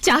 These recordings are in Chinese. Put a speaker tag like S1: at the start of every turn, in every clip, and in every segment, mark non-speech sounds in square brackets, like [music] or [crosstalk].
S1: 家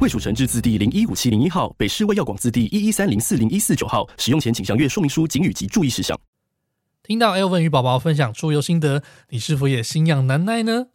S2: 卫蜀成字字第零一五七零一号，北市卫药广字第一一三零四零一四九号。使用前请详阅说明书、警语及注意事项。
S3: 听到 Elvin 与宝宝分享出游心得，你是否也心痒难耐呢？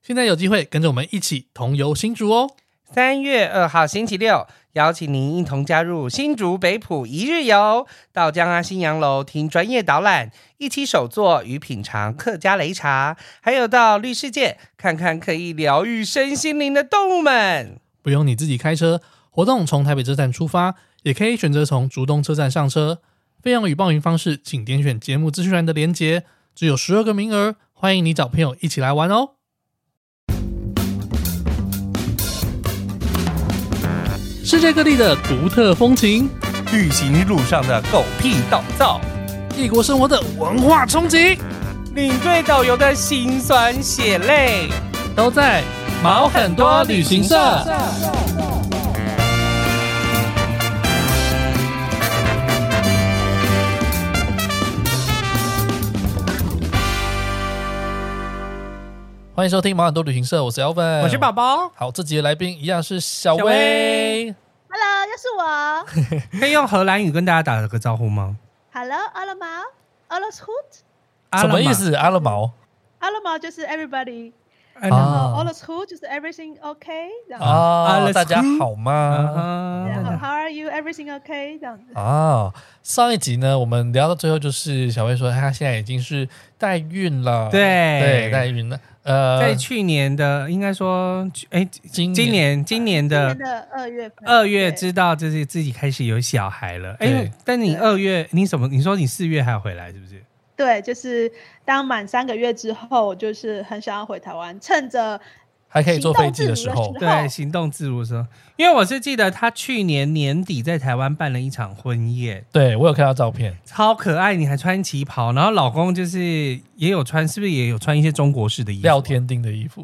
S3: 现在有机会跟着我们一起同游新竹哦！
S4: 三月二号星期六，邀请您一同加入新竹北浦一日游，到江阿新洋楼听专业导览，一起手作与品尝客家擂茶，还有到绿世界看看可以疗愈身心灵的动物们。
S3: 不用你自己开车，活动从台北车站出发，也可以选择从竹东车站上车。费用与报名方式，请点选节目资讯栏的连结，只有十二个名额，欢迎你找朋友一起来玩哦！世界各地的独特风情，
S4: 旅行路上的狗屁倒灶，
S3: 异国生活的文化冲击，
S4: 领队导游的辛酸血泪，
S3: 都在毛很多旅行社。欢迎收听毛很多旅行社，我是 Elvin，
S4: 我是宝宝，
S3: 好，这集的来宾一样是小薇
S4: 小薇。
S5: Hello，又是我。
S4: 可以用荷兰语跟大家打个招呼吗？
S5: Hello，阿拉毛，阿拉斯 hood，
S3: 什么意？思？阿勒毛
S5: 阿拉毛就是 everybody，
S3: 啊
S4: 啊
S5: 然后阿拉斯 hood 就是 everything OK，这样。
S4: 阿
S3: 啊
S4: 勒！
S3: 大家好吗？
S5: 然后
S4: 哈，
S5: How are you？Everything OK？这样子。
S3: 啊，上一集呢，我们聊到最后，就是小薇说哎她现在已经是代孕了，
S4: 对
S3: 对，代孕了。呃，
S4: 在去年的应该说，去哎，
S3: 今
S4: 今年今年
S5: 今
S4: 的
S5: 年的二月份。
S4: 二月
S5: 对
S4: 知道自己自己开始有小孩了。
S3: 对
S4: 哎，但你
S5: 对
S4: 二月你什么？你说你四月还要回来是不是？
S5: 对，就是当满三个月之后，我就是很想要回台湾，趁着
S3: 还可以坐飞机的时
S5: 行动
S3: 候
S5: 自如的时，然
S4: 对，
S5: 后
S4: 行动自如说，因为我是记得他去年年底在台湾办了一场婚宴，
S3: 对我有看到照片，
S4: 超可爱，你还穿旗袍，然后老公就是也有穿，是不是也有穿一些中国式的衣服？啊
S3: 廖天丁的衣服，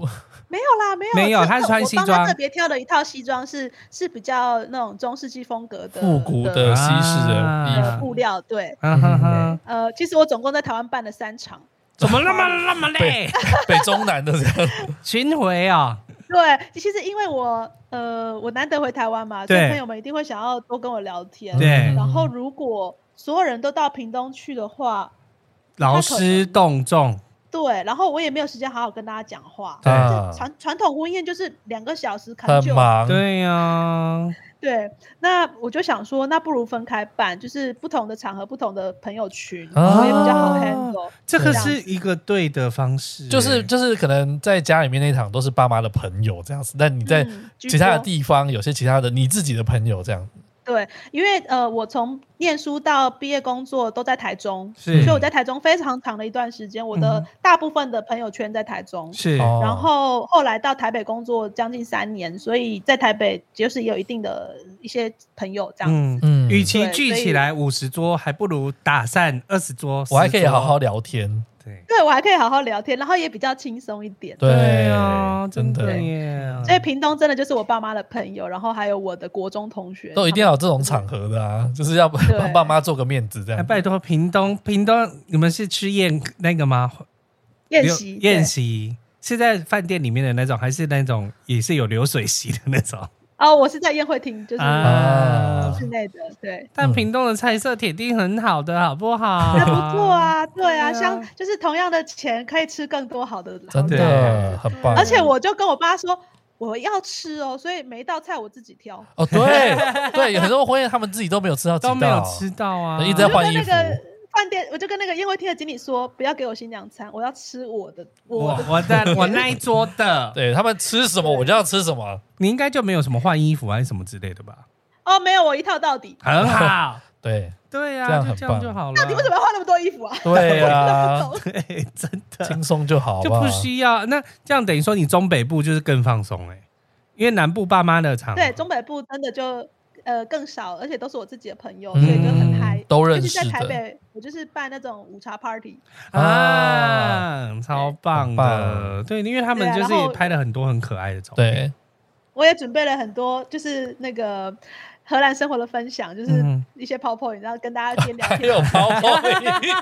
S5: 没有啦，没有
S4: 没有
S5: 这
S4: 他是穿西装
S5: 我帮他特别挑了一套西装是是比较那种中世纪风格的
S3: 复古
S4: 嗯
S3: 的西式的衣服。
S5: 的布料。对，
S4: 啊哈哈，
S5: 呃，其实我总共在台湾办了三场。
S4: 怎么那么那么
S3: [laughs]
S4: 累？
S3: 北中南的这样，
S4: 巡回
S5: [laughs]
S4: 啊，
S5: 对，其实因为我呃，我难得回台湾嘛，所以
S4: 对
S5: 朋友们一定会想要多跟我聊天。
S4: 对
S5: 然后如果所有人都到屏东去的话，
S4: 劳师动众，
S5: 对，然后我也没有时间好好跟大家讲话。
S4: 对
S3: 啊
S5: 传传统婚宴就是两个小时扛
S3: 很
S5: 就，
S3: 忙，
S4: 对呀，
S5: 对。那我就想说，那不如分开办，就是不同的场合、不同的朋友群，
S3: 啊
S5: 我也比较好 handle。
S4: 这个
S5: 这样
S4: 是一个对的方式，
S3: 就是就是可能在家里面那一场都是爸妈的朋友这样子，但你在
S5: 嗯居
S3: 其他的
S5: 多
S3: 地方有些其他的你自己的朋友这样，
S5: 对，因为呃，我从念书到毕业工作都在台中，
S4: 是
S5: 所以我在台中非常长的一段时间，我的大部分的朋友圈在台中。
S4: 是
S3: 嗯哦
S5: 然后后来到台北工作将近三年，所以在台北就是也有一定的一些朋友这样。
S4: 嗯
S3: 嗯
S4: 与其
S5: 对
S4: 聚
S5: 所
S4: 起
S5: 以
S4: 来五十桌，还不如打散二十桌。
S3: 我还可以
S4: 10桌
S3: 好好聊天，
S4: 对
S5: 对我还可以好好聊天，然后也比较轻松一点。
S3: 对嗯
S4: 啊，
S3: 真
S4: 真
S3: 的
S4: 的耶！
S5: 所以屏东真的就是我爸妈的朋友，然后还有我的国中同学，
S3: 都一定要有这种场合的啊，就是要帮
S5: 对
S3: 帮爸妈做个面子这
S4: 哎
S3: 样。
S4: 拜托，屏东屏东，你们是吃宴那个吗？
S5: 宴
S4: 流
S5: 席对
S4: 宴席是在饭店里面的那种，还是那种也是有流水席的那
S5: [laughs]
S4: 种
S5: 哦，我是在宴会厅，就是
S3: 啊
S5: 室内的，对。
S3: 嗯
S4: 但屏东的菜色铁定很好的，好不好？
S5: 那不错，啊，对啊，
S4: 对啊
S5: 像就是同样的钱可以吃更多好的，
S3: 真的
S4: 对
S3: 很棒，
S5: 而且我就跟我爸说我要吃哦，所以每一道菜我自己挑。
S3: 哦，对 [laughs] 对，有很多婚宴他们自己都没有吃到，
S4: 都没有吃，到啊，
S3: 一直在
S5: 我就
S3: 换
S5: 跟
S3: 衣
S5: 那
S3: 服
S5: 个饭店，我就跟那个宴会厅的经理说，不要给我新娘餐，我要吃我的，我
S4: 我
S5: 的。
S4: 我的我那一桌的，
S3: 对他们吃什么我就要吃什么，
S4: 你应该就没有什么换衣服还是什么之类的吧？
S5: 哦，没有，我一套到底。
S4: 很好，
S3: 对
S4: [laughs] 对
S3: 这样
S4: 啊，就
S3: 很
S4: 这样
S3: 棒
S4: 就好了。
S5: 到底为什么要花那么多衣服啊？
S3: 对啊，
S4: [laughs]
S5: 懂
S4: 对，真的
S3: 轻松就好，
S4: 就
S3: 好
S4: 不
S3: 好
S4: 需要。那这样等于说欸你中北部就是更放松哎、因为南部爸妈的场
S5: 对，中北部真的就呃更少，而且都是我自己的朋友，
S3: 嗯
S5: 所以就很嗨。
S3: 都认
S5: 尤其
S3: 识的
S5: 在台北，我就是办那种午茶 party，
S4: 啊，超棒
S3: 很
S4: 的，
S3: 哎棒
S4: 对，因为他们
S5: 对啊
S4: 就是
S5: 然
S4: 也
S5: 后
S4: 拍了很多很可爱的照片，
S3: 对，啊
S5: 我也准备了很多，就是那个荷兰生活的分享，就是
S4: 嗯
S5: 一些 PowerPoint，然后跟大家边
S3: [laughs]
S5: 聊
S3: 还
S5: 天，
S3: 有包包，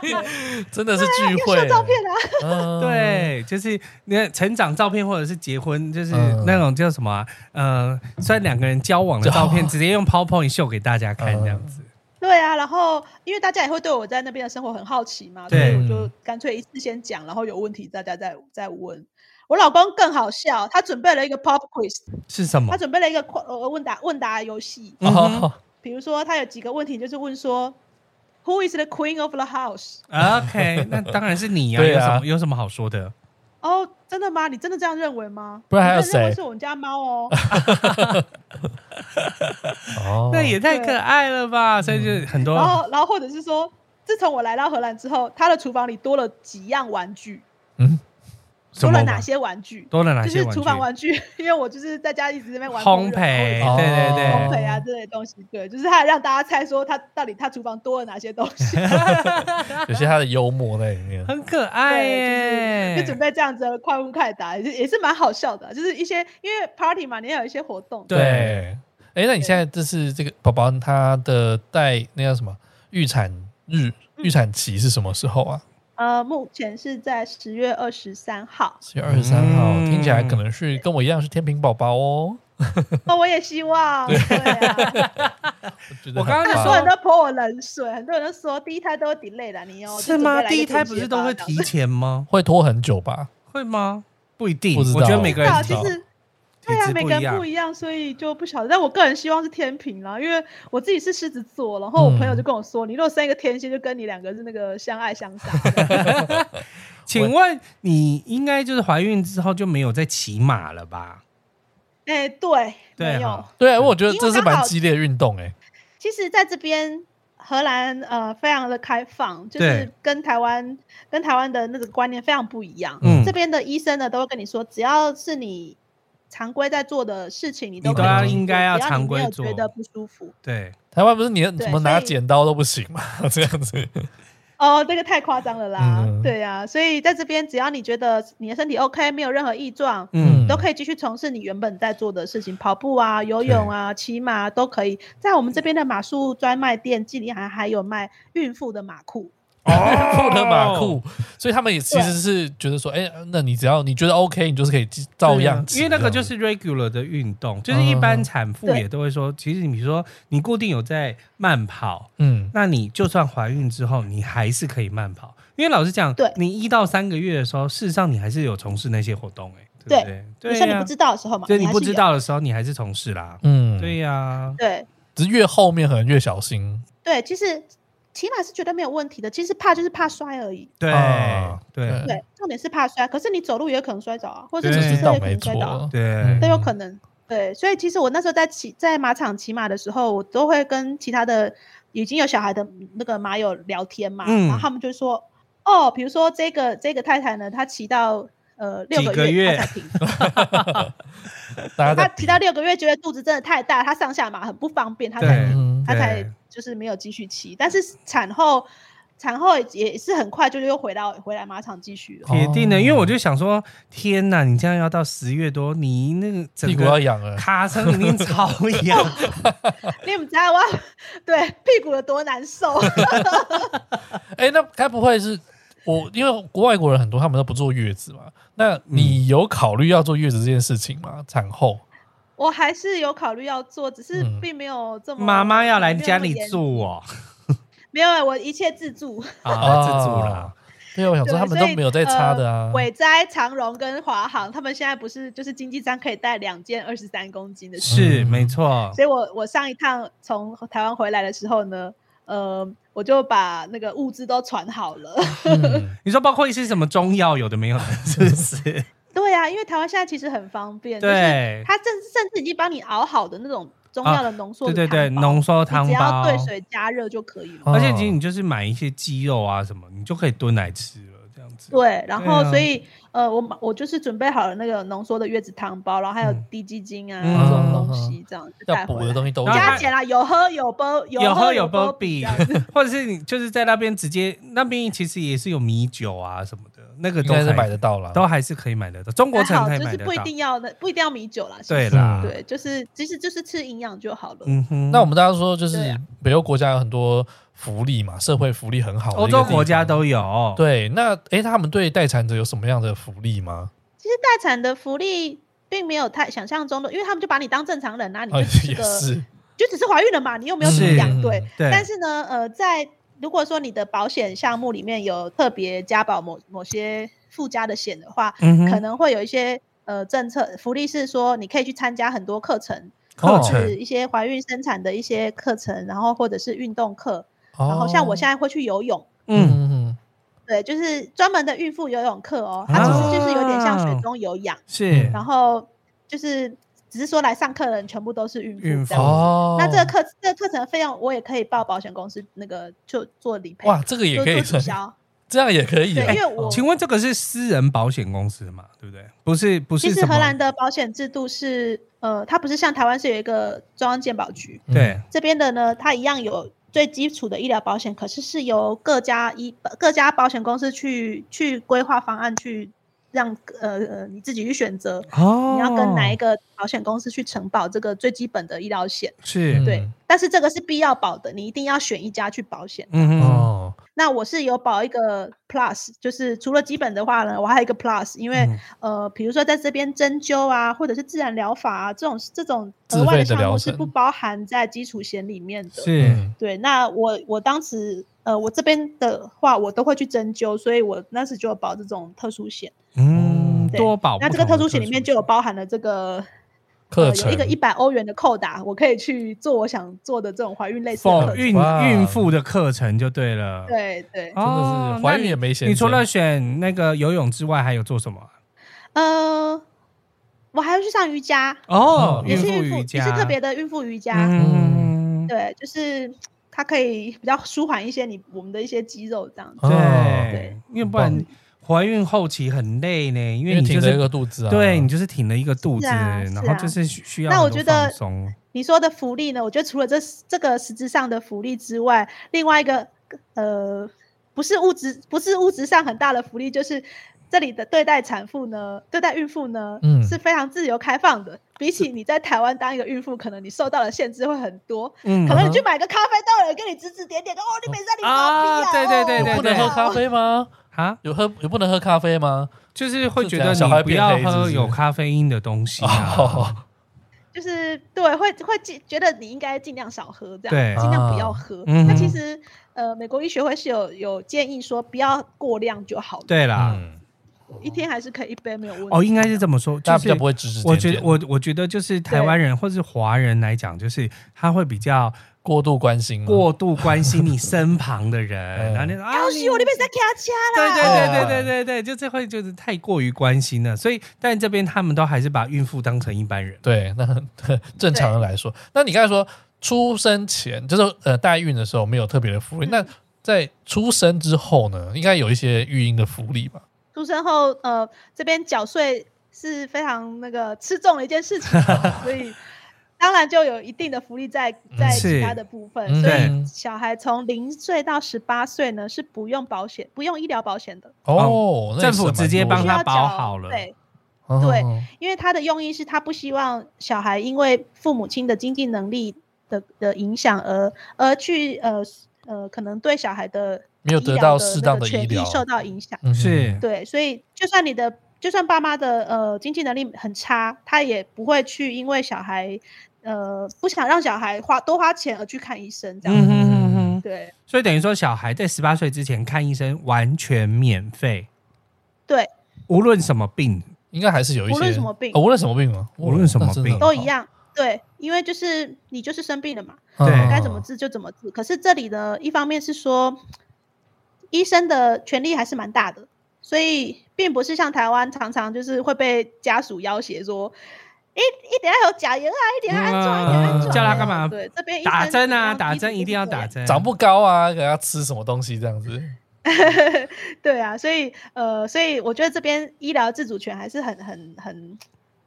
S3: [laughs] 真的是聚
S5: 又
S3: 会
S5: 秀照片啊， [laughs]
S3: 嗯，
S4: 对，就是那成长照片或者是结婚，就是
S3: 嗯
S4: 那种叫什么、啊？呃，虽然两个人交往的照
S3: 交
S4: 片，
S3: 往
S4: 直接用 PowerPoint 秀给大家看
S3: 嗯
S4: 这样子。
S5: 对啊，然后因为大家也会对我在那边的生活很好奇嘛，所
S4: 对
S5: 以我就干脆一次先讲，然后有问题大家再再问。我老公更好笑，他准备了一个 pop quiz，
S4: 是什么
S5: 他？准备了一个呃问答问答游戏，
S4: 嗯哼
S3: 哦，
S5: 比如说他有几个问题，就是问说 Who is the queen of the house？
S3: [laughs]
S4: OK，那当然是你呀、
S3: 对
S4: 有
S3: 啊
S4: 什么有什么好说的？
S5: 哦，真的吗？你真的这样认为吗？
S3: 不然还有
S5: 你真的认
S3: 谁
S5: 为是我们家猫
S3: [laughs]
S5: 哦。
S3: 哦
S4: 那也太
S5: 对
S4: 可爱了吧！所以就很
S5: 然
S4: 多
S5: 后，然后或者是说，自从我来到荷兰之后，他的厨房里多了几样玩具，
S3: 嗯，
S5: 多了
S4: 玩
S5: 哪？些玩具？
S4: 多了哪
S5: 就
S4: 些
S5: 是
S4: 玩具？
S5: 厨房玩具， [laughs] 因为我就是在家一直在那边玩
S4: 烘
S5: 然后
S4: 焙，
S5: 也
S3: 哦
S4: 对对对，
S5: 烘焙啊之类的东西，对，就是他让大家猜说他到底他厨房多了哪些东
S4: [laughs]
S5: 西，
S3: 有些他的幽默在里面，
S4: 很可爱
S5: 对
S4: 耶。
S5: 就准备这样子的快问快答，也是也是蛮好笑的，啊就是一些因为 party 嘛，你要有一些活动，
S4: 对
S3: 哎，那你现在这是这个宝宝他的带那叫什么预产
S4: 嗯
S3: 日预产期是什么时候啊？，
S5: 呃，目前是在十月二十三号
S3: 四月二十三号，
S4: 嗯
S3: 听起来可能是跟我一样是天平宝宝哦。
S5: 那我也希
S4: [laughs]
S5: 望，对啊，
S3: 觉得
S4: 我刚刚
S3: 很
S4: 就
S5: 很
S3: 棒
S5: 多人都泼我冷水，很多人都说第一胎都会 delay 了，你哦要
S4: 是吗？第一胎不是都会
S5: [laughs]
S4: 提前吗？ [laughs]
S3: 会拖很久吧？
S4: 会吗？不一定，
S3: 不知道
S4: 我觉得每个人
S5: 啊，
S4: 体
S5: 其
S4: [laughs]
S5: 实
S4: 体
S5: 对啊，
S4: 质
S5: 每
S4: 不
S5: 个
S4: 一
S5: 人
S4: 样
S5: 不。一样，所以就不晓得。但我个人希望是天平啦，因为我自己是狮子座，然后我朋友就跟我说，你如果生一个天蝎，就跟你两个是那个相爱相杀。
S4: [laughs] 请问你应该就是怀孕之后就没有再骑马了吧？
S5: 哎、对，
S4: 对
S5: 没有
S4: 哈。
S3: 对啊，因为我觉得
S5: 因为
S3: 这是
S5: 刚
S3: 蛮
S5: 好
S3: 激烈的运动哎、
S5: 其实在这边荷兰呃非常的开放，就
S4: 对
S5: 是跟台湾跟台湾的那个观念非常不一样。
S4: 嗯
S5: 这边的医生呢都会跟你说，只要是你常规在做的事情，你都
S4: 嗯你
S5: 可
S4: 都
S5: 以
S4: 要
S5: 去
S4: 应
S5: 做
S4: 该要
S5: 只你
S4: 常
S5: 没
S4: 规
S5: 有
S4: 做
S5: 觉得不舒服。
S4: 对，
S3: 台湾不是你什么
S5: 对
S3: 拿
S5: 所以
S3: 剪刀都不行嘛？ [laughs] 这样子，
S5: 哦，这个太夸张了啦，
S3: 嗯
S5: 对呀、所以在这边，只要你觉得你的身体 OK，没有任何异状，
S4: 嗯
S5: 都可以继续从事你原本在做的事情，跑步啊、游泳啊、骑马、啊、都可以。在我们这边的马术专卖店，纪里还还有卖孕妇的马裤，
S4: 哦
S3: [laughs] 裤的马裤，所以他们也其实是觉得说，哎、那你只要你觉得 OK，你就是可以继照样
S4: 对啊
S3: 骑
S4: 因为那个
S3: 这
S4: 就
S3: 样子
S4: 是 regular 的运动，就是一般产
S5: 嗯
S4: 妇也都会说，其实你比如说你固定有在慢跑，
S3: 嗯，
S4: 那你就算怀孕之后，你还是可以慢跑。因为老实讲，
S5: 对
S4: 你一到三个月的时候，事实上你还是有从事那些活动、哎，对
S5: 对
S4: 不对？
S5: 有
S4: 对
S5: 时候你
S4: 呀、
S5: 不知道的时候嘛，
S4: 就你
S5: 你还
S4: 不
S5: 是
S4: 知
S5: 有
S4: 道的时候，你还是从事啦。
S3: 嗯，
S4: 对，呀、
S5: 对
S3: 只是越后面可能越小心，
S5: 对，其实骑马是绝对没有问题的，其实怕就是怕摔而已。
S4: 对、
S3: 啊
S4: 对
S5: 对，重点是怕摔，可是你走路也有可能摔倒啊，或者
S4: 对
S5: 你骑
S4: 知
S5: 车
S3: 倒
S5: 也可
S3: 没
S5: 能摔倒啊。
S3: 错，
S4: 对
S5: 都有可能。对，所以其实我那时候在骑在马场骑马的时候，我都会跟其他的已经有小孩的那个马友聊天嘛，
S4: 嗯
S5: 然后他们就说，哦，比如说这个这个太太呢，她骑到呃六
S4: 几
S5: 个
S4: 个
S5: 月
S4: 月 [laughs]
S5: 她才停，
S3: 大家
S5: 她
S3: 在
S5: 骑到六个月觉得肚子真的太大，她上下马很不方便，她才
S4: 对
S3: 嗯
S5: 她才
S4: 对
S5: 就是没有继续骑，但是产后产后也是很快就又回到回来马场继续了。
S4: 铁定的，
S3: 哦
S4: 因为我就想说，天哪，你这样要到十月多，你那个整
S3: 屁股要
S4: 个
S3: 痒了，
S4: 卡声一定超痒。
S5: 你们知道哇，对屁股有多难受？ [laughs]
S3: 哎、那该不会是我？因为国外国人很多，他们都不坐月子嘛。
S4: 嗯
S3: 那你有考虑要坐月子这件事情吗？产后
S5: 我还是有考虑要做，只是
S3: 嗯
S5: 并没有这
S4: [laughs]
S5: 么。
S4: 妈妈要来家里
S5: 没有那么严
S4: 住哦，
S5: 没有，啊我一切自助。
S4: 啊，自助啦
S3: 啊。对啊，我想
S5: 对，
S3: 说他们都
S5: 所以
S3: 没有在差的啊
S5: 呃。伟哉、长荣跟华航，他们现在不是就是经济舱可以带两件二十三公斤的食物，
S4: 是
S3: 嗯
S4: 没错，
S5: 所以我我上一趟从台湾回来的时候呢，呃，我就把那个物资都传好了。
S4: [laughs]
S5: [laughs]
S3: 嗯
S4: 你说包括一些什么中药，有的没有的，是不是？
S5: 对啊，因为台湾现在其实很方便，就是
S4: 对，啊
S5: 它甚甚至已经帮你熬好的那种中药的浓缩
S4: 对对
S5: 的
S4: 对，
S5: 汤包
S4: 浓缩汤
S5: 你只要
S4: 包，哦
S5: 兑水加热就可以了。
S4: 而且其实你就是买一些鸡肉啊什么，你就可以炖来吃了，这样子。
S3: 子。
S5: 对，然
S4: 对
S5: 后
S4: 啊
S5: 所以、呃，我买我就是准备好了那个浓缩的月子汤包，然后还有
S4: 嗯
S5: 低基金啊、
S4: 嗯
S5: 这种
S3: 嗯嗯
S5: 东西，这样就带
S3: 要
S5: 回
S3: 补的
S5: 来。
S3: 东西都
S4: 然后
S5: 加
S4: 它
S3: 有。
S5: 减啦，有喝
S4: [laughs]
S5: 有包，
S4: 有喝
S5: 喝
S4: 有
S5: 包
S4: 波比
S5: 这样子
S4: [laughs] 或者是你就是在那边直接，那边其实也是有米酒啊什么的，那个
S3: 应
S4: 都
S3: 该是
S4: 还
S3: 买得到啦。
S4: 都还是可以买得到，中国
S5: 还
S4: 城
S5: 好
S4: 才
S5: 就
S4: 买
S5: 是
S4: 得
S5: 不一
S4: 到。
S5: 定要那不一定要米酒啦，是
S4: 对
S5: 不是
S4: 啦，
S5: 对，就是其实就是吃营养就好了。
S4: 嗯哼，
S3: 那我们大家说，就是
S5: 对啊
S3: 北欧国家有很多福利嘛，社会福利很好的一
S4: 欧
S3: 个地方。
S4: 洲国家都有，，
S3: 对。那诶，他们对待产者有什么样的福利吗？
S5: 其实待产的福利并没有太想象中的，因为他们就把你当正常人啊，你
S3: 哦，
S5: 就只是
S3: 也
S5: 个、
S3: 是，
S5: 就只是怀孕了嘛，你又没有怎么
S4: 是嗯
S5: 样，对。
S4: 对
S5: 但是呢，呃，在如果说你的保险项目里面有特别加保某某些附加的险的话，
S4: 嗯
S5: 可
S4: 哼，
S5: 能会有一些呃政策福利是说你可以去参加很多课程，
S4: 课
S5: 是
S4: 程
S5: 一些怀孕生产的一些课程，然后或者是运动课，
S3: 哦
S5: 然后像我现在会去游泳。
S4: 嗯，
S3: 嗯
S5: 对，就是专门的孕妇游泳课哦，它其实就是有点像水中有氧，
S4: 是
S5: 然后就是只是说来上课的人全部都是孕妇
S4: 孕
S3: 嗯
S5: 这样子。
S3: 哦，
S5: 那这个课这个课程的费用，我也可以报保险公司那个就做理赔，
S3: 哇，这个也
S5: 就
S3: 可以
S5: 做取
S3: 算，
S5: 消。
S3: 这样也可以啊
S5: 对，因。为我
S4: 请问这个是私人保险公司嘛？对不对？不是，不
S5: 其
S4: 是
S5: 实
S4: 什么
S5: 荷兰的保险制度是呃，它不是像台湾是有一个中央健保局，
S3: 嗯
S4: 对，
S5: 这边的呢，它一样有最基础的医疗保险，可是是由各家医呃各家保险公司去去规划方案去让呃呃你自己去选择。
S3: 嗯
S4: 哦，
S5: 你要跟哪一个保险公司去承保这个最基本的医疗险？
S4: 是，
S5: 对，
S3: 嗯
S5: 但是这个是必要保的，你一定要选一家去保险。
S4: 嗯哼，
S3: 哦，
S5: 那我是有保一个 Plus，就是除了基本的话呢，我还有一个 Plus，因为、
S4: 嗯
S5: 呃，比如说在这边针灸啊，或者是自然疗法啊，这种这种
S3: 自
S5: 额外
S3: 费的
S5: 的项
S3: 疗
S5: 目是
S3: 程
S5: 不包含在基础险里面的。
S4: 是，
S3: 嗯
S5: 对，那我我当时呃，我这边的话，我都会去针灸，所以我那时就有保这种特殊险。
S3: 哦
S4: 嗯，
S5: 对
S4: 多保不同的。
S5: 那这个特殊险里面就有包含了这个
S3: 课
S5: 呃、有一
S3: 程
S5: 个一百欧元的扣打，我可以去做我想做的这种怀孕类似的
S4: 否
S5: 课程。
S4: 哦孕
S3: 哇
S4: 孕妇的课程就对了。哦
S5: 对对，
S3: 真的是怀
S4: 那
S3: 孕
S4: 你
S3: 也没闲着。
S4: 你除了选那个游泳之外，还有做什么啊？
S5: 呃，我还要去上瑜伽，
S4: 哦
S3: 哦，
S5: 也是
S4: 妇
S5: 孕妇，
S4: 瑜
S5: 也
S4: 伽
S5: 是特别的啊孕妇瑜伽。
S4: 嗯，
S5: 对，就是它可以比较舒缓一些你我们的一些肌肉这样子。
S3: 哦
S4: 对
S5: 对，
S4: 因为不然怀孕后期很累呢，因
S3: 因
S4: 为
S3: 为
S4: 你
S3: 挺
S4: 就
S3: 着一
S4: 是
S3: 个肚子啊，
S4: 对你就是挺了一个肚子，
S5: 是啊
S4: 然
S5: 是
S4: 后
S5: 啊
S4: 就是需需要
S5: 那我
S4: 很多
S5: 觉得
S4: 放松
S5: 你说的福利呢？我觉得除了这这个实质上的福利之外，另外一个呃，不是物质不是物质上很大的福利，就是这里的对待产妇呢，对待孕妇呢，
S3: 嗯
S5: 是非常自由开放的。比起你在台湾当一个孕妇，可能你受到的限制会很多，
S4: 嗯
S5: 可能
S3: 嗯哼
S5: 你去买个咖啡都有人跟你指指点点，哦，你每次你放屁
S4: 啊对对对
S5: 哦
S4: 对
S3: 有不能
S4: 对
S3: 喝咖啡吗？
S4: 啊，
S3: 有喝有不能喝咖啡吗？
S4: 就是会觉
S3: 是
S4: 得
S3: 怎样小孩
S4: 你不要
S3: 变黑是不
S4: 喝
S3: 是
S4: 有咖啡因的东西 [laughs] 啊，
S3: 哦，
S5: 就是对，会会尽觉得你应该尽量少喝，这
S4: 对
S5: 样尽量不
S3: 啊
S5: 要喝。
S4: 嗯
S5: 那其
S4: 哼
S5: 实呃，美国医学会是有有建议说不要过量就好了，
S4: 对啦，
S3: 嗯，
S5: 一天还是可以一杯没有问题。
S4: 哦，应该是这么说，
S3: 大家
S4: 就
S3: 比较
S4: 是
S3: 不会指指点
S4: 我觉
S3: 点
S4: 得我我觉得就是台湾人或是华人来讲，就是他会比较
S3: 过度关心吗，
S4: 过度关心你身旁的人，
S3: [laughs] 嗯
S4: 然后你说啊，
S5: 哎要
S4: 你
S5: 死我那边在卡掐
S4: 对
S5: 啦。
S4: 对对
S3: 哦
S4: 对对对对，就是会就是太过于关心了，所以但这边他们都还是把孕妇当成一般人。
S3: 对，那 [laughs] 正常人来说，那你刚才说出生前就是呃代孕的时候没有特别的福利，
S5: 嗯
S3: 那在出生之后呢，应该有一些育婴的福利吧？
S5: 出生后呃，这边缴税是非常那个吃重的一件事情，哦
S4: [laughs]
S5: 所以。当然就有一定的福利在在
S4: 嗯是
S5: 其他的部分，
S3: 嗯
S5: 所
S4: 对
S5: 以小孩从零岁到十八岁呢是不用保险、不用医疗保险的，
S3: 哦，那也
S4: 政府
S3: 是蛮
S4: 直接
S3: 多的
S4: 帮
S5: 需
S4: 他
S5: 要
S4: 保
S5: 缴
S4: 好了
S5: 对，
S3: 哦
S5: 对因为他的用意是他不希望小孩因为父母亲的经济能力的的影响而而去呃呃，可能对小孩的
S3: 没有
S5: 医
S3: 得
S5: 疗
S3: 到
S5: 的
S3: 适
S5: 那
S3: 当
S5: 个
S3: 的医
S5: 权益
S3: 疗
S5: 受到影响。
S3: 嗯
S4: 是，
S5: 对，所以就算你的就算爸妈的呃经济能力很差，他也不会去因为小孩呃不想让小孩花多花钱而去看医生这
S4: 嗯
S5: 样。
S4: 哼哼哼，
S5: 对
S4: 所以等于说小孩在十八岁之前看医生完全免费，
S5: 对，
S4: 无论什么病，
S3: 应该还是有一些，
S5: 无论什么病
S3: 哦无论什么病吗？
S4: 无论什么
S3: 那真的
S4: 病
S3: 很
S5: 都
S3: 好
S5: 一，样。对，因为就是你就是生病了嘛，
S3: 嗯
S4: 对
S5: 该怎么治就怎么治。可是这里呢，一方面是说，医生的权利还是蛮大的，所以并不是像台湾常常就是会被家属要挟说，一一点要有假盐啊，一点要安装，一点要安
S3: 嗯
S5: 装，
S4: 叫他干嘛
S5: 对，这边医生
S4: 打针
S5: 只
S4: 啊，
S5: 要
S4: 打
S5: 基本
S4: 针一定要打
S5: 就是
S4: 针，
S3: 长不高啊，给他吃什么东西这样子，
S5: 对啊，所以呃，所以我觉得这边医疗自主权还是很很很，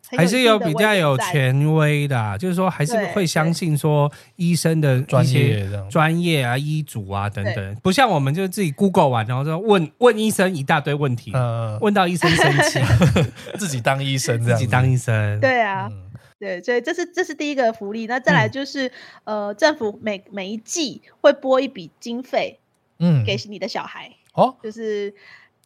S5: 很
S4: 还是
S5: 有
S4: 有
S5: 一定的
S4: 比
S5: 威
S4: 较
S5: 严
S4: 有
S5: 在的
S4: 权威的啊、就是说还是
S5: 对
S4: 会相信说医生的一些
S3: 专业这样
S4: 专业啊、医嘱啊等等，不像我们就自己 Google 完，然后就问问医生一大堆问题，
S3: 呃，
S4: 问到医生生
S3: [laughs]
S4: 气，
S3: 自己当医生这
S4: 嗯自
S3: 样子，
S4: 己当医生。
S5: 对啊，
S3: 嗯
S5: 对，所以这是这是第一个福利。那再来
S3: 嗯
S5: 就是，呃，政府每每一季会拨一笔经费
S3: 嗯
S5: 给你的小孩，
S3: 哦，
S5: 就是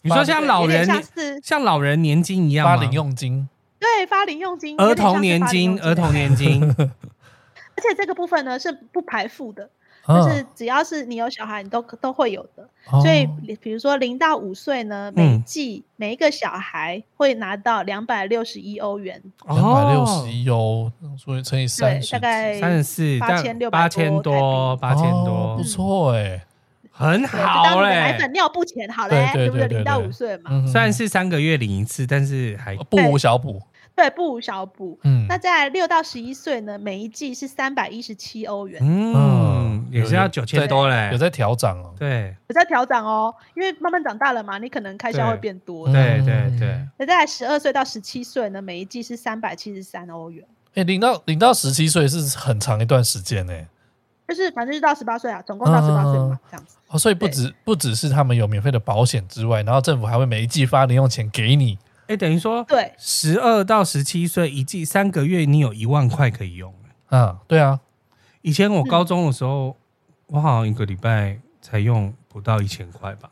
S4: 你说像老
S5: 有点
S4: 人
S5: 像是
S4: 像老人年金一样
S3: 发
S4: 吗？
S3: 零用金，
S5: 对发零用金、
S4: 儿
S5: 有点像
S4: 童
S5: 是
S4: 年
S5: 发零
S4: 金、
S5: 用金
S4: 儿
S5: 的
S4: 童
S5: 概念
S4: 年金，
S5: 而且这个部分呢是不排付的，
S3: 嗯
S5: 就是只要是你有小孩，你都都会有的。
S3: 哦
S5: 所以比，比如说零到五岁呢，每
S4: 嗯
S5: 季、每一个小孩会拿到两百六十一欧元，
S3: [laughs] 哦两百六十一
S4: 哦
S3: 欧，所以乘以三，
S5: 对
S3: 十，
S5: 大概
S4: 三十四，
S5: 8600
S4: 八千多，
S5: 多
S4: 八千
S3: 哦
S4: 多
S3: 不，错
S5: 欸
S3: 哎，
S4: 很
S5: 对，就当
S4: 好欸
S5: 你的奶
S4: 嘞。
S5: 粉尿布钱好
S3: 对
S5: 嘞，
S3: 对
S5: 不对？
S3: 对对
S5: 零到
S3: 对
S5: 五岁嘛，
S3: 嗯
S4: 虽然是三个月领一次，但是还
S3: 不无小补，
S5: 对，不无小补。
S3: 嗯，
S5: 哎那在六到十一岁呢，每一季是三百一十七欧元，
S4: 嗯
S3: 嗯，
S4: 也是要
S3: 有
S4: 九千多嘞
S3: 有。在调涨哦，
S4: 对
S5: 有在调整哦，因为慢慢长大了嘛，你可能开销会
S4: 对
S5: 变多
S3: 嗯
S5: 的。
S4: 对对对，
S5: 那在十二岁到十七岁呢，每一季是三百七十三欧元，
S3: 哎，零到零到十七岁是很长一段时间欸呢，
S5: 就是反正就到十八岁啊，总共到十八岁嘛，这样子。
S3: 哦，所以不
S5: 对
S3: 止不只是他们有免费的保险之外，然后政府还会每一季发零用钱给你，
S4: 哎，等于说
S5: 对
S4: 十二到十七岁一季三个月，你有一万块可以用。
S3: 嗯，对啊，
S4: 以前我高中的时候，我好像一个礼拜才用不到一千块吧。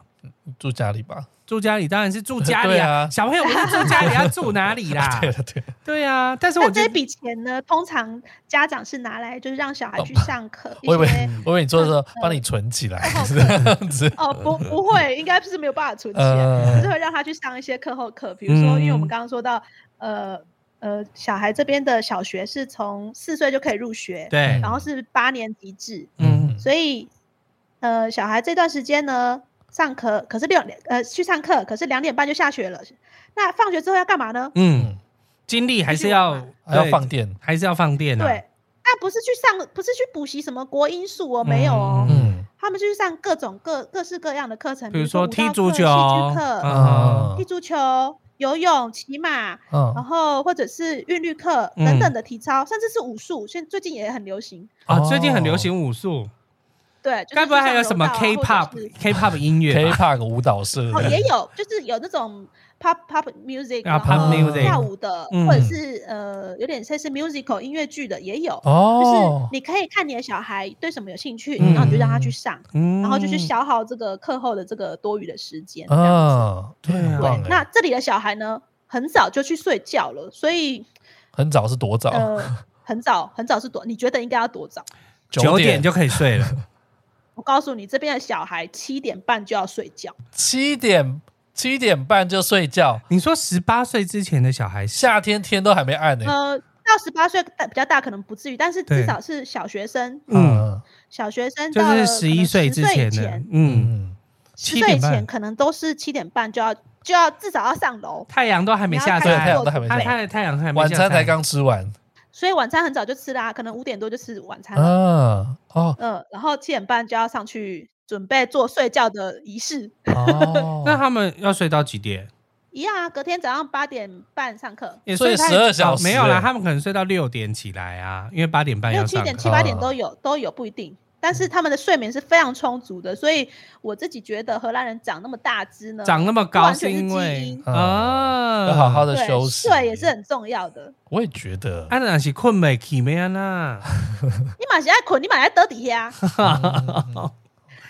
S3: 住家里吧，
S4: 住家里当然是住家
S3: [laughs]
S4: 里
S3: 对
S4: 啊，
S3: 啊
S4: 小朋友不是住家里要住哪里
S3: [laughs]
S4: 啦？
S3: 对了对了，
S4: 对啊，但是我
S5: 那
S4: 觉
S5: 这
S4: 得
S5: 笔钱呢，通常家长是拿来就是让小孩去上课，一
S3: 我以为
S5: 些
S3: 我以为你说的
S5: 嗯
S3: 是
S5: 嗯
S3: 帮你存起来
S5: 课后
S3: 是
S5: 课
S3: 这样子，
S5: 哦不不会，应该是没有办法存
S3: [laughs]
S5: 钱，
S3: 呃
S5: 就是会让他去上一些课后课，比如说，因为我们
S4: 嗯
S5: 刚刚说到，呃呃，小孩这边的小学是从四岁就可以入学，
S4: 对
S5: 然，后是八年级制，
S4: 嗯，
S5: 所以呃，小孩这段时间呢，上课可是六呃去上课，可是两点半就下学了。那放学之后要干嘛呢？
S4: 嗯，精力还是要
S3: 还要放
S4: 对
S3: 电，
S4: 还是要放电啊？
S5: 对，那不是去上，不是去补习什么国音数哦，没有哦，
S3: 嗯
S5: 他们就去上各种各各式各样的课程，
S4: 比如说
S5: 说舞
S4: 踢
S5: 蹈
S4: 足
S5: 课
S4: 球，
S5: 戏剧课、
S4: 嗯
S3: 嗯
S5: 踢足球、游泳、骑马，然
S3: 嗯，
S5: 后或者是韵律课
S4: 嗯
S5: 等等的体操，甚至是武术，现最近也很流行。
S4: 哦，最近很流行武术，
S5: 对，就是
S4: 该不会
S5: 去
S4: 还有
S5: 上
S4: 什么
S5: 柔道啊或者
S4: K-pop
S5: 是
S4: K-pop 音
S3: 可以
S4: 乐吧？啊
S3: 怕个舞蹈社，
S5: 哦，也有，就是有那种 pop pop music，
S4: 啊
S5: 然
S4: ，pop
S5: 后
S4: music
S5: 跳舞的，
S4: 嗯
S5: 或者是呃，有点像是 musical 音乐剧的也有。就是
S3: 哦，
S5: 你可以看你的小孩对什么有兴趣，
S4: 嗯
S5: 然后你就让他去上，
S4: 嗯
S5: 然后就去消耗这个课后的这个多余的时间。
S4: 哦
S5: 这样
S3: 嗯，对，
S4: 对啊
S3: 很棒
S5: 对，那
S3: 哎，
S5: 这里的小孩呢，很早就去睡觉了，所以
S3: 很早是多早？
S4: 哦
S5: 呃，很早很早是多，你觉得应该要多早？
S4: 九点
S3: 点
S4: 就可以睡了，
S3: [laughs]
S5: 我告诉你，这边的小孩七点半就要睡觉，
S3: 七点七点半就睡觉，
S4: 你说十八岁之前的小孩是
S3: 夏天天都还没暗呢，
S5: 呃，到十八岁大比较大可能不至于，但是
S4: 对
S5: 至少是小学生，
S4: 嗯，
S3: 嗯
S5: 小学生
S4: 就
S5: 到
S4: 是
S5: 了
S4: 十一岁之前的，嗯，
S3: 嗯，
S5: 十
S4: 7
S5: 岁以
S4: 点半
S5: 前可能都是七点半就要就要至少要上楼，
S4: 太阳都还没下
S3: 对，
S5: 你要
S3: 太
S4: 山
S5: 看，
S3: 阳都还没
S4: 他
S3: 晒，
S4: 太太阳还没
S3: 晚
S4: 下
S3: 餐才
S4: 山，，
S3: 刚吃完
S5: 所以晚餐很早就吃啦、可能五点多就吃晚餐了，
S3: 啊，哦
S5: 嗯、然后七点半就要上去准备做睡觉的仪式，
S3: 哦
S4: [laughs] 那他们要睡到几点？
S5: 一样啊，隔天早上八点半上课，
S4: 也
S3: 睡
S4: 太
S3: 12
S4: 早
S3: 小时
S4: 没有啦，
S3: 欸
S4: 他们可能睡到六点起来啊，因为八点半
S5: 六
S4: 要
S5: 七
S4: 上
S5: 点、
S4: 课。哦嗯
S5: 七八点都有都有不一定。但是他们的睡眠是非常充足的，所以我自己觉得荷兰人长那么大只呢，
S4: 长那么
S5: 不
S4: 高
S5: 完全
S4: 是
S5: 是
S4: 因为
S5: 基
S3: 因
S4: 啊，
S3: 嗯要好好的休
S5: 对
S3: 息，
S5: 睡也是很重要的。
S3: 我也觉得，
S4: 啊，那是困没起没啦，
S3: [laughs]
S5: 你马上爱捆，你马上得
S4: [laughs]
S5: 底下。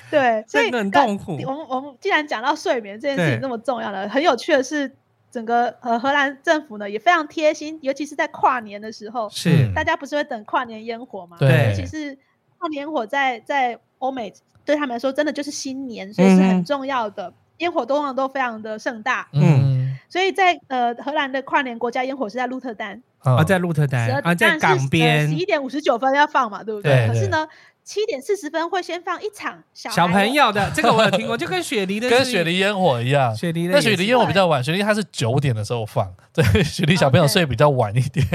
S5: 对，所以
S4: 真的很
S5: 刚
S4: 痛苦
S5: 我们我们既然讲到睡眠这件事
S4: 对
S5: 情那么重要了，很有趣的是，整个呃荷兰政府呢也非常贴心，尤其是在跨年的时候，
S4: 是
S3: 嗯
S5: 大家不是会等跨年烟火吗？
S4: 对
S5: 尤其是跨年烟火在在欧美对他们来说真的就是新年，所以是
S4: 嗯哼
S5: 很重要的。烟火通常都非常的盛大，
S3: 嗯，
S5: 所以在呃荷兰的跨年国家烟火是在鹿特丹，
S4: 啊，
S3: 啊
S4: 在鹿特丹
S5: 十二
S4: 啊，在港
S5: 呃十一
S4: 边，
S5: 点五十九分要放嘛，对不
S3: 对
S5: 可
S3: 对
S5: 是呢，七点四十分会先放一场小
S4: 小
S5: 孩的哦
S4: 朋友的这个我有听过，就跟雪梨的
S3: 跟
S4: 是
S3: 雪梨烟火一样。
S4: 雪梨的
S3: 那雪梨烟火
S5: 对
S3: 比较晚，雪梨它是九点的时候放， [laughs] 对，雪梨小朋友
S5: OK
S3: 睡比较 [laughs] 晚一点。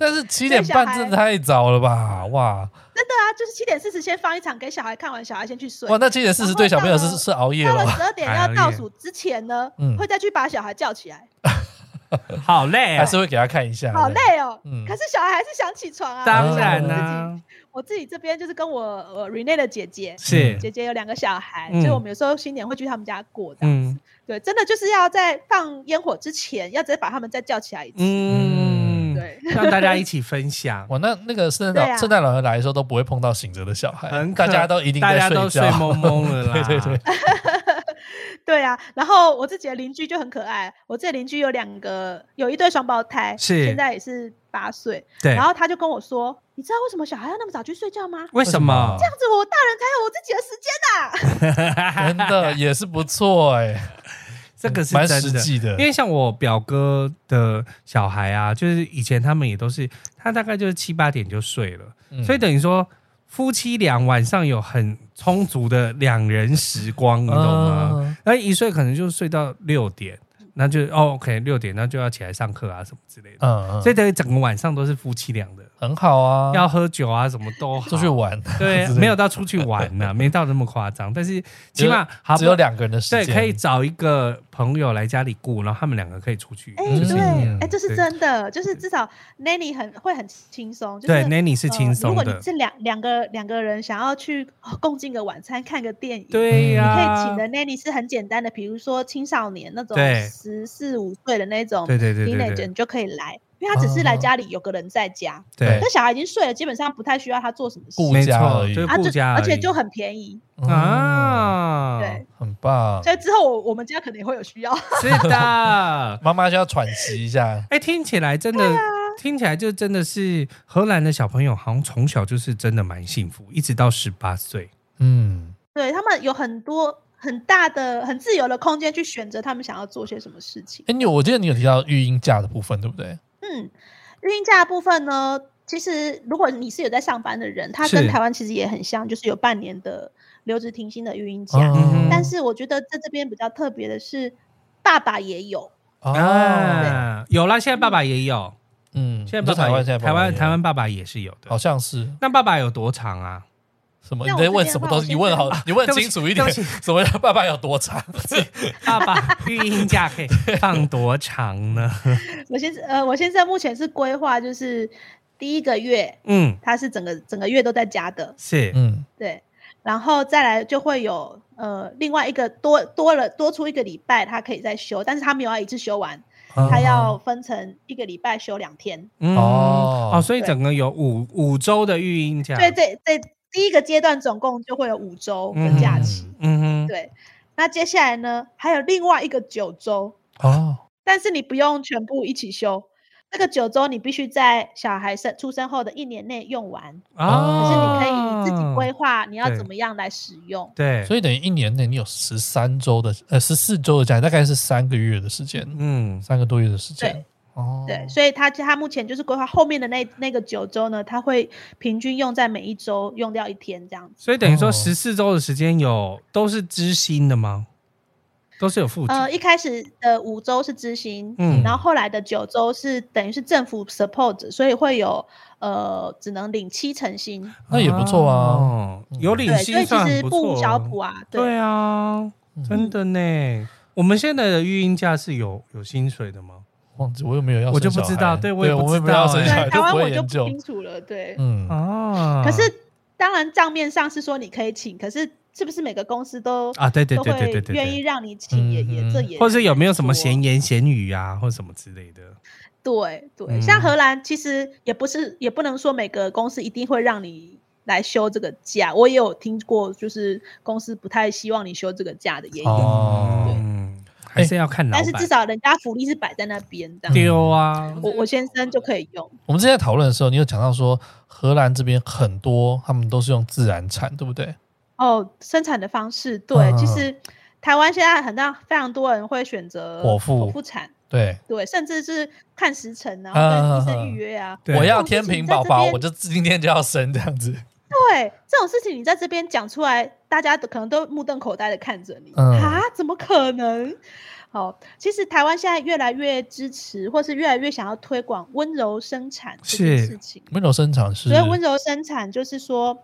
S3: 但是七点半真的太早了吧？哇，
S5: 真的啊，就是七点四十先放一场给小孩看完，小孩先去睡。
S4: 哦
S3: 哇，那七点四十对小朋友
S5: 然后
S3: 是
S5: 到
S3: 是熬夜
S5: 到
S3: 了
S5: 了
S3: 吧
S5: 十？二
S4: 哎
S5: 点要倒数之前呢，
S3: 嗯
S5: 会再去把小孩叫起来，
S4: 哎好累啊
S3: 还！是会给他看一下？
S5: 好累哦。
S3: 嗯
S5: 可是小孩还是想起床啊。
S4: 当然啊啦、
S5: 我自己这边就是跟我呃 Rene 的姐姐，
S4: 是，
S5: 姐姐有两个小孩，
S4: 嗯
S5: 所以我们有时候新年会去他们家过的。
S4: 嗯
S5: 对，真的就是要在放烟火之前，要直接把他们再叫起来一次。
S4: 嗯，
S5: 对，
S4: 让大家一起分享，
S3: 哇，那那个圣
S5: 对
S3: 诞
S5: 啊
S3: 老圣诞老人来的时候都不会碰到醒着的小孩
S4: 很，可
S3: 大家都 [laughs] 一定
S4: 大
S3: 在
S4: 家都
S3: 睡
S4: 睡
S3: 觉。
S4: 蒙蒙了啦。
S3: [laughs] 对对对，
S5: 对啊，然后我自己的邻居就很可爱，我自己的邻居有两个，有一对双胞胎，
S4: 是
S5: 现在也是八岁，
S4: 对
S5: 然后他就跟我说，你知道为什么小孩要那么早去睡觉吗？
S4: 为什么？
S5: 这样子我大人才有我自己的时间呐、
S4: [laughs]
S3: 真的也是不错哎，
S4: 这个是
S3: 蛮
S4: 真
S3: 实
S4: 的。
S3: 际的
S4: 因。为像我表哥的小孩啊，就是以前他们也都是，他大概就是七八点就睡了，
S3: 嗯
S4: 所以等于说夫妻俩晚上有很充足的两人时光，你懂吗？
S3: 嗯
S4: 那、一睡可能就睡到六点，那就哦 OK 六点，那就要起来上课啊什么之类的，
S3: 嗯，嗯
S4: 所以等于整个晚上都是夫妻俩的，
S3: 很好啊，
S4: 要喝酒啊什么都好
S3: 出去。玩，
S4: 对
S3: 之类，的
S4: 没有到出去玩呢、没到那么夸张，但是起码好不
S3: 只有两个人的时
S4: 对，
S3: 间，
S4: 可以找一个朋友来家里顾，然后他们两个可以出去。
S5: 哎、
S3: 嗯
S5: 对，哎、这
S4: 对
S5: 是真的，就是至少 Nanny 很会很轻松，就是
S4: 对 n a n n y 是轻松
S5: 呃。如果
S4: 的
S5: 你，是两两个两个人想要去、哦共进个晚餐，看个电影，
S4: 对呀、
S5: 你可以请的 nanny 是很简单的，比如说青少年那种
S4: 对
S5: 十四五岁的那种
S4: 对对对
S5: teenager，
S4: 对哦
S5: 你就可以来，因为他只是来家里有个人在家，
S4: 对
S5: 但小孩已经睡了，基本上不太需要他做什么事
S3: 顾
S4: 没
S3: 家
S4: 错
S3: 而已
S4: 就是
S5: 啊，
S4: 顾
S5: 就
S4: 家
S5: 而且
S4: 已
S5: 就很便宜，
S3: 嗯，
S4: 啊，
S5: 对，
S3: 很棒。
S5: 所。以之后我我们家可能也会有需要， [laughs]
S4: 是的 [laughs]
S3: 妈妈就要喘息一下，
S4: 哎，听起来真
S5: 啊
S4: 的，听起来就真的是荷兰的小朋友，好像从小就是真的蛮幸福，一直到十八岁。
S3: 嗯，
S5: 对他们有很多很大的很自由的空间去选择他们想要做些什么事情。
S3: 哎，你有我记得你有提到育婴假的部分，对不对？
S5: 嗯，孕假的部分呢，其实如果你是有在上班的人，它
S4: 是
S5: 跟台湾其实也很像，就是有半年的留职停薪的孕假。
S4: 嗯
S5: 但是我觉得在这边比较特别的是，爸爸也有，
S3: 啊，
S4: 啊，有啦，现在爸爸也有，
S3: 嗯，
S4: 现在
S3: 你
S4: 爸
S3: 说
S4: 爸
S3: 台湾
S4: 也
S3: 现在
S4: 台湾
S3: 也有哦
S4: 台湾爸爸也是有
S3: 好
S4: 的。
S3: 像是
S4: 那爸爸有多长啊？
S3: 什么？
S5: 那
S3: 你在
S5: 我这
S3: 问
S5: 边
S3: 什么
S5: 的话
S3: 东
S5: 我
S3: 西？你
S5: 先
S3: 问
S5: 跟
S3: 好，你问
S4: 对不
S3: 清
S4: 起
S3: 楚一
S4: 对
S3: 点
S4: 不，
S3: [laughs] 什么叫爸爸有多 [laughs] 长？
S4: 爸爸育婴假可以放多长
S5: [laughs]
S4: 呢？
S5: 我先呃，我先生目前是规划就是第一个月
S4: 嗯，
S5: 他是整个整个月都在家的，
S4: 是，
S3: 嗯，
S5: 对，然后再来就会有呃另外一个多多了多出一个礼拜，他可以再休，但是他没有要一次休完，他要分成一个礼拜休两天，
S4: 嗯
S3: 哦
S4: 哦，所以
S5: 对
S4: 整个有五五周的育婴假，
S5: 所以这这第一个阶段总共就会有五周的假期，
S4: 嗯哼，
S5: 对，那接下来呢还有另外一个九周，
S3: 哦，
S5: 但是你不用全部一起休。这个九周你必须在小孩生出生后的一年内用完，
S4: 哦
S5: 可是你可以自己规划你要
S4: 对
S5: 怎么样来使用。
S4: 对，
S3: 所以等于一年内你有十三周的，呃，十四周的假，大概是三个月的时间，
S4: 嗯，
S3: 三个多月的时间
S5: 对。
S3: 哦，
S5: 对，所以他他目前就是规划后面的那那个九周呢，他会平均用在每一周用掉一天这样子。
S4: 所以等于说
S3: 哦
S4: 十四周的时间有都是知心的吗？都是有父
S5: 呃，
S4: 职，
S5: 一开始的五周是知心，
S4: 嗯
S5: 然后后来的九周是等于是政府 support，所以会有呃只能领七成薪。
S3: 那也不错啊。
S4: 哦
S3: 嗯
S4: 有领
S5: 对，所
S4: 薪
S5: 以其
S4: 算
S5: 实
S4: 很不
S5: 不
S4: 错
S5: 无
S4: 哦，
S5: 小补啊。
S4: 对
S5: 对，
S4: 啊，
S3: 嗯
S4: 真的呢。我们现在的育婴假是有有薪水的吗？
S3: 忘记我有没有要生
S4: 我就不
S3: 小孩
S4: 知道对
S3: 对
S4: 我也不
S3: 我们
S4: 知
S3: 没有要
S4: 道
S3: 生
S4: 哎
S3: 小
S4: [laughs]
S3: 孩，
S5: 对，台湾
S3: 不
S5: 我
S3: 会
S5: 就
S3: 研
S5: 不
S3: 究
S5: 清。楚了。对，
S3: 嗯，
S4: 啊，
S5: 可是当然账面上是说你可以请，可是是不是每个公司都
S4: 啊，对对
S5: 都
S4: 对对
S5: 会
S4: 对对
S5: 愿意
S4: 对，
S5: 让你请？也也这
S3: 嗯
S5: 也
S4: 或是有没有什么
S5: 嫌疑？
S4: 闲言闲语啊，或什么之类的？
S5: 对对，像
S4: 嗯
S5: 荷兰其实也不是，也不能说每个公司一定会让你来休这个假。我也有听过，就是公司不太希望你休这个假的，也有。
S3: 哦，
S4: 嗯，还是要看老
S5: 但
S4: 板。
S5: 是至少嗯人家福利是摆在那边的，
S4: 丢啊，
S5: 我我先生就可以用。
S3: 我们之前在讨论的时候，你有讲到说荷兰这边很多他们都是用自然产，对不对？
S5: 哦，生产的方式，对，
S3: 嗯嗯
S5: 其
S3: 嗯
S5: 实台湾现在很大非常多人会选择
S3: 剖腹
S5: 剖腹产，
S3: 对，
S5: 对，甚至是看时辰啊，
S3: 嗯嗯
S5: 跟医
S3: 嗯
S5: 生
S3: 嗯
S5: 预约啊。
S4: 对
S3: 我要天平宝
S5: 在这
S3: 宝，
S5: 边
S3: 我就今天就要生这样 [laughs] 子。
S5: 对这种事情，你在这边讲出来，大家都可能都目瞪口呆的看着你
S3: 嗯
S5: 啊，怎么可能？哦，其实台湾现在越来越支持，或是越来越想要推广温柔生产这件
S4: 是
S5: 事情。
S3: 温柔生产是
S5: 所以温柔生产就是说，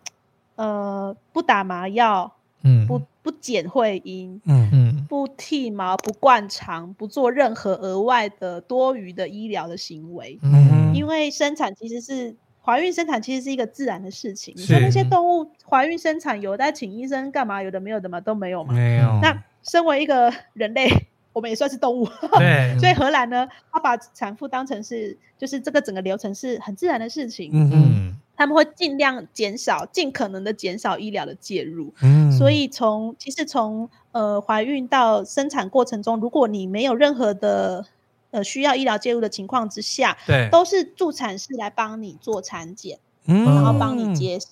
S5: 呃不打麻药，
S3: 嗯
S5: 不不剪会阴，
S4: 嗯
S3: 嗯
S5: 不剃毛，不灌肠，不做任何额外的多余的医疗的行为，
S3: 嗯
S5: 因为生产其实是怀孕生产其实是一个自然的事情。你说那
S4: 是
S5: 些动物怀孕生产有在请医生干嘛？有的没有的嘛，都没有
S3: 嗯
S5: 嘛。
S4: 没有，
S5: 那身为一个 [laughs] 人类，我们也算是动物，
S4: 嗯对，
S5: [laughs] 所以荷兰呢，他把产妇当成是就是这个整个流程是很自然的事情，
S4: 嗯哼
S3: 嗯
S5: 他们会尽量减少，尽可能的减少医疗的介入。
S4: 嗯，
S5: 所以从其实从呃怀孕到生产过程中，如果你没有任何的呃需要医疗介入的情况之下，
S4: 对，嗯
S5: 都是助产士来帮你做产检，
S4: 然
S5: 然后帮你接生。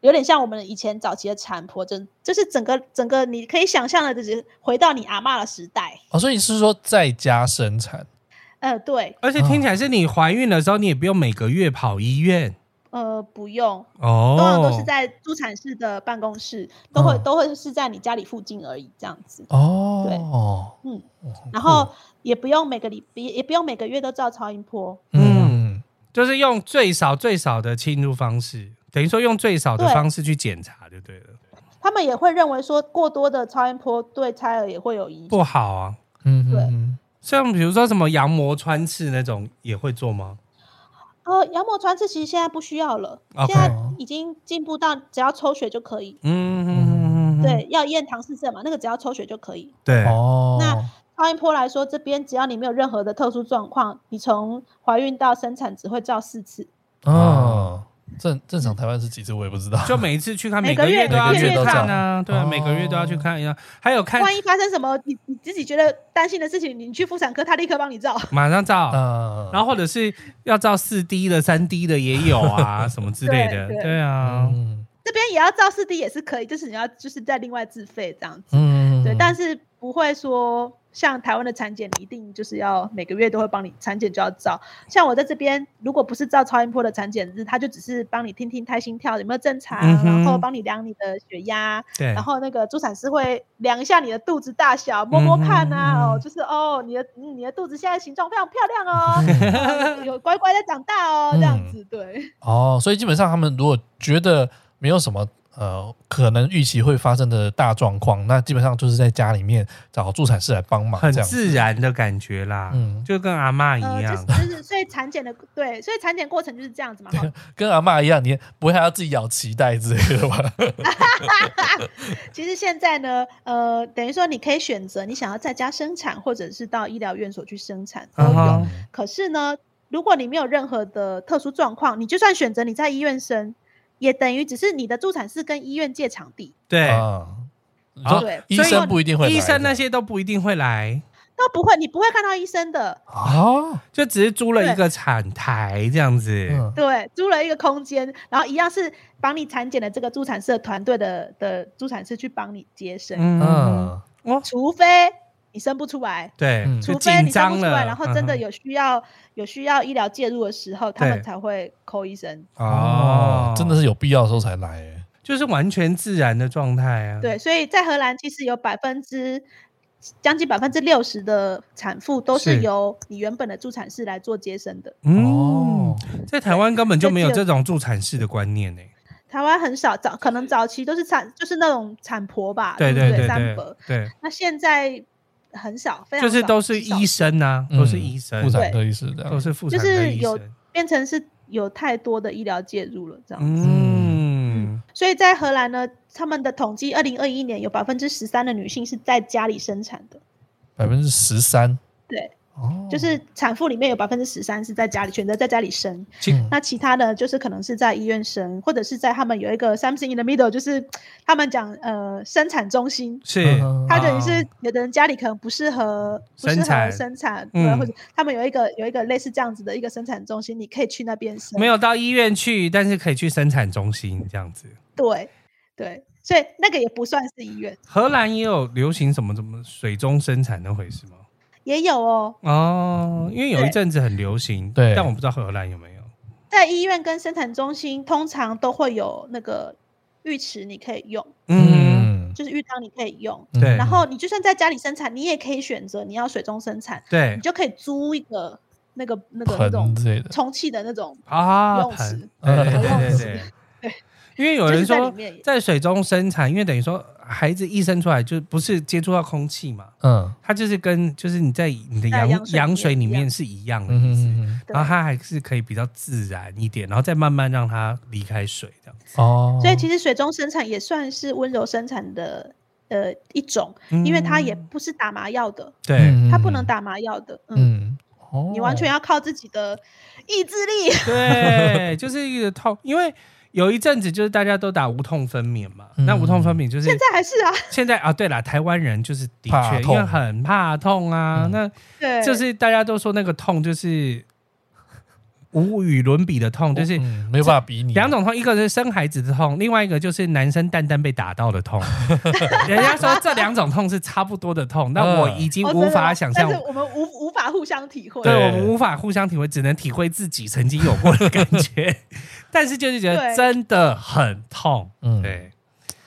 S5: 有点像我们以前早期的产婆，就就是整个整个你可以想象的，就是回到你阿嬷的时代。
S3: 哦，所以是说在家生产，
S5: 呃，对，
S4: 而且听起来是你怀孕的时候，你也不用每个月跑医院
S5: 呃，不用，
S4: 哦，
S5: 通常都是在助产士的办公室，都会
S4: 嗯
S5: 都会是在你家里附近而已，这样子。
S3: 哦，
S5: 嗯，
S3: 哦
S5: 然后也不用每个礼，也也不用每个月都照超音波。
S3: 嗯
S4: 就是用最少最少的侵入方式，等于说用最少的
S5: 对
S4: 方式去检查就对了，
S5: 他们也会认为说，过多的超音波对胎儿也会有影响。
S4: 不好啊。
S3: 嗯
S5: 对
S3: 嗯
S4: 像比如说什么羊膜穿刺那种也会做吗？
S5: 呃，羊膜穿刺其实现在不需要了
S4: OK
S5: 现在已经进步到只要抽血就可以。
S4: 嗯，
S5: 对，要验唐氏症嘛，那个只要抽血就可以。
S4: 对，
S3: 哦，
S5: 那超音波来说，这边只要你没有任何的特殊状况，你从怀孕到生产只会照四次，
S3: 哦，正正常台湾是几次我也不知道，
S4: [laughs] 就每次去看，每
S5: 每
S4: 个
S5: 个
S4: 月
S5: 月
S4: 都要
S5: 每个
S4: 去
S5: 月都
S4: 看
S3: 照
S4: 啊，对啊，
S3: 哦
S4: 每个月都要去看一下，还有看
S5: 万一发生什么你你自己觉得担心的事情，你去妇产科，他立刻帮你照。
S4: 马上照，
S3: [laughs] 嗯，
S4: 然后或者是要照四 D 的、三 D 的也有
S3: [laughs]
S4: 啊，什么之类的，
S5: 对对
S4: 对啊，
S3: 嗯
S5: 这边也要照四 D 也是可以，就是你要就是再另外自费这样子。
S3: 嗯，
S5: 对，但
S3: 是
S5: 是不会说像台湾的产检，你一定就是要每个月都会帮你产检就要照。像我在这边，如果不是照超音波的产检日，他就只是帮你听听胎心跳有没有正常，
S4: 嗯哼
S5: 然后帮你量你的血压，
S4: 对
S5: 然，后那个助产师会量一下你的肚子大小，摸摸看
S4: 嗯
S5: 啊，
S4: 哼嗯哼
S5: 哦，就是哦，你的嗯你的肚子现在形状非常漂
S4: [laughs]
S5: 亮哦，呃有乖乖在长大哦，这样
S3: 嗯
S5: 子对。
S3: 哦，所以基本上他们如果觉得没有什么呃可能预期会发生的大状况，那基本上就是在家里面找助产士来帮忙，
S4: 很
S3: 这样
S4: 自然的感觉啦，
S3: 嗯
S4: 就跟阿嬷
S5: 呃，
S4: 一
S5: 就
S4: 样
S5: 是，就是，所以产检的对，所以产检过程就是这样子嘛，哈
S3: 跟阿嬷一样，你不会还要自己咬脐带之类的吧？
S5: 其实现在呢，呃，等于说你可以选择你想要在家生产，或者是到医疗院所去生产 [laughs] 都有。
S4: 嗯哼
S5: 可是呢，如果你没有任何的特殊状况，你就算选择你在医院生，也等于只是你的助产士跟医院借场地，
S4: 对，
S3: 啊，你
S4: 好
S3: 说
S5: 对
S3: 医
S4: 所以
S3: 生不一定会来，
S4: 医生那
S3: 些
S4: 些都不一定会来，
S5: 都不会，你不会看到医生的。
S3: 啊，
S4: 就只是租了一个产台这样子，
S3: 嗯
S5: 对，租了一个空间，然后一样是帮你产检的这个助产士的团队的的助产士去帮你接生，
S4: 嗯，
S3: 嗯
S4: 哦，
S5: 除非你生不出来，
S4: 对，
S3: 嗯
S4: 就
S5: 除非
S4: 紧
S5: 你生不
S4: 张
S5: 出
S4: 了，
S5: 来，然后真的
S4: 嗯
S5: 有需要、有需要医疗介入的时候，他
S4: 对
S5: 们才会扣医生。
S4: 哼
S3: 哦
S4: 哦，，
S3: 真的是有必要的时候才来欸，
S4: 就是完全自然的状态啊，
S5: 对，所以在荷兰其实有百分之将近百分之六十的产妇都
S4: 是
S5: 是由你原本的助产士来做接生的。
S4: 嗯
S3: 哦，，
S4: 在台湾根本就没有
S5: 这
S4: 这
S5: 就
S4: 种助产士的观念欸呢、
S5: 台湾很少早，可能早期都是产就是那种产婆吧，
S4: 对
S5: 对不
S4: 对
S5: 三
S4: 对
S5: 伯。
S4: 对，
S5: 那现在很少，非常
S4: 就是
S5: 少
S4: 都是
S5: 极少
S4: 医生啊，
S3: 嗯
S4: 都是医生，
S3: 妇产
S5: 对
S3: 科医师这样
S4: 都是妇
S5: 就
S4: 产科
S5: 是
S4: 医
S5: 有
S4: 生。
S5: 变成是有太多的医疗介入了这样。
S4: 嗯，
S5: 所以在荷兰呢，他们的统计，二零二一年有百分之十三的女性是在家里生产的。
S3: 百分之十三，
S5: 对，
S3: 哦，
S5: 就是产妇里面有百分之十三是在家里选择在家里生，
S4: 其
S3: 嗯
S5: 那其他的就是可能是在医院生，或者是在他们有一个 something in the middle，就是他们讲呃生产中心，
S4: 是
S3: 嗯
S5: 他等于是
S4: 哦
S5: 有的人家里可能不适合不适
S4: 生产
S5: 合生产，
S4: 嗯
S5: 对，或者他们有一个有一个类似这样子的一个生产中心，你可以去那边
S4: 啊
S5: 生，
S4: 没有到医院去，但是可以去生产中心这样子。
S5: 对对，所以那个也不算是医院，
S4: 荷兰也有流行什么什么水中生产那回事吗？
S5: 也有哦，
S4: 哦，因为有一
S5: 对
S4: 阵子很流行，
S3: 对
S4: 但我不知道荷兰有没有。
S5: 在医院跟生产中心通常都会有那个浴池，你可以用，
S4: 嗯，
S5: 就是浴缸你可以用。
S3: 嗯
S4: 对
S5: 然后你就算在家里生产，你也可以选择你要水中生产，
S4: 对
S5: 你就可以租一个那个那个那
S3: 盆
S5: 种
S3: 之类的，
S5: 充气的那种
S4: 啊，
S5: 游泳
S4: 盆
S5: 池，
S4: 对对
S5: 游泳
S4: 对
S5: 池
S4: 对对。 [laughs] 因为有
S5: 就
S4: 人
S5: 是在
S4: 说
S5: 里面也
S4: 在水中生产，因为等于说孩子一生出来就不是接触到空气嘛，
S3: 嗯
S4: 他就是跟就是你在你的
S5: 在
S4: 羊
S5: 羊水里面
S4: 水里
S5: 一样
S4: 面是一样的
S3: 嗯
S4: 意
S3: 哼
S4: 思。
S3: 哼哼
S5: 对
S4: 然后它还是可以比较自然一点，然后再慢慢让它离开水这样子。
S3: 哦，
S5: 所以其实水中生产也算是温柔生产的呃一种，
S4: 嗯
S5: 因为它也不是打麻药的，
S4: 对，
S3: 嗯
S5: 它不能，打麻药的，嗯，
S3: 嗯，哦，
S5: 你完全要靠自己的意志力。
S4: 对，就是一个痛，因为有一阵子就是大家都打无痛分娩嘛，
S3: 嗯
S4: 那无痛分娩就是
S5: 现在还是啊， [laughs]
S4: 现在啊，对啦，台湾人就是的
S3: 怕
S4: 确因为
S3: 痛
S4: 很怕痛啊，
S3: 嗯
S4: 那
S5: 对，
S4: 就是大家都说那个痛就是无与伦比的痛，就是。
S3: 嗯没有办法比你
S4: 两，种痛，一个是生孩子的痛，另外一个就是男生蛋蛋被打到
S3: [laughs]
S4: 的痛。人家说这两种痛是差不多的痛，那
S3: 嗯
S4: 我已经
S5: 哦
S4: 无
S5: 真的
S4: 法
S5: 吗
S4: 想象
S5: 但是我们无无法互相体会。
S4: 对
S3: 对
S4: 我们无法互相体会，只能体会自己曾经有过的感觉， [laughs] 但是就是觉得
S5: 对
S4: 真的很痛。
S3: 嗯，
S4: 对，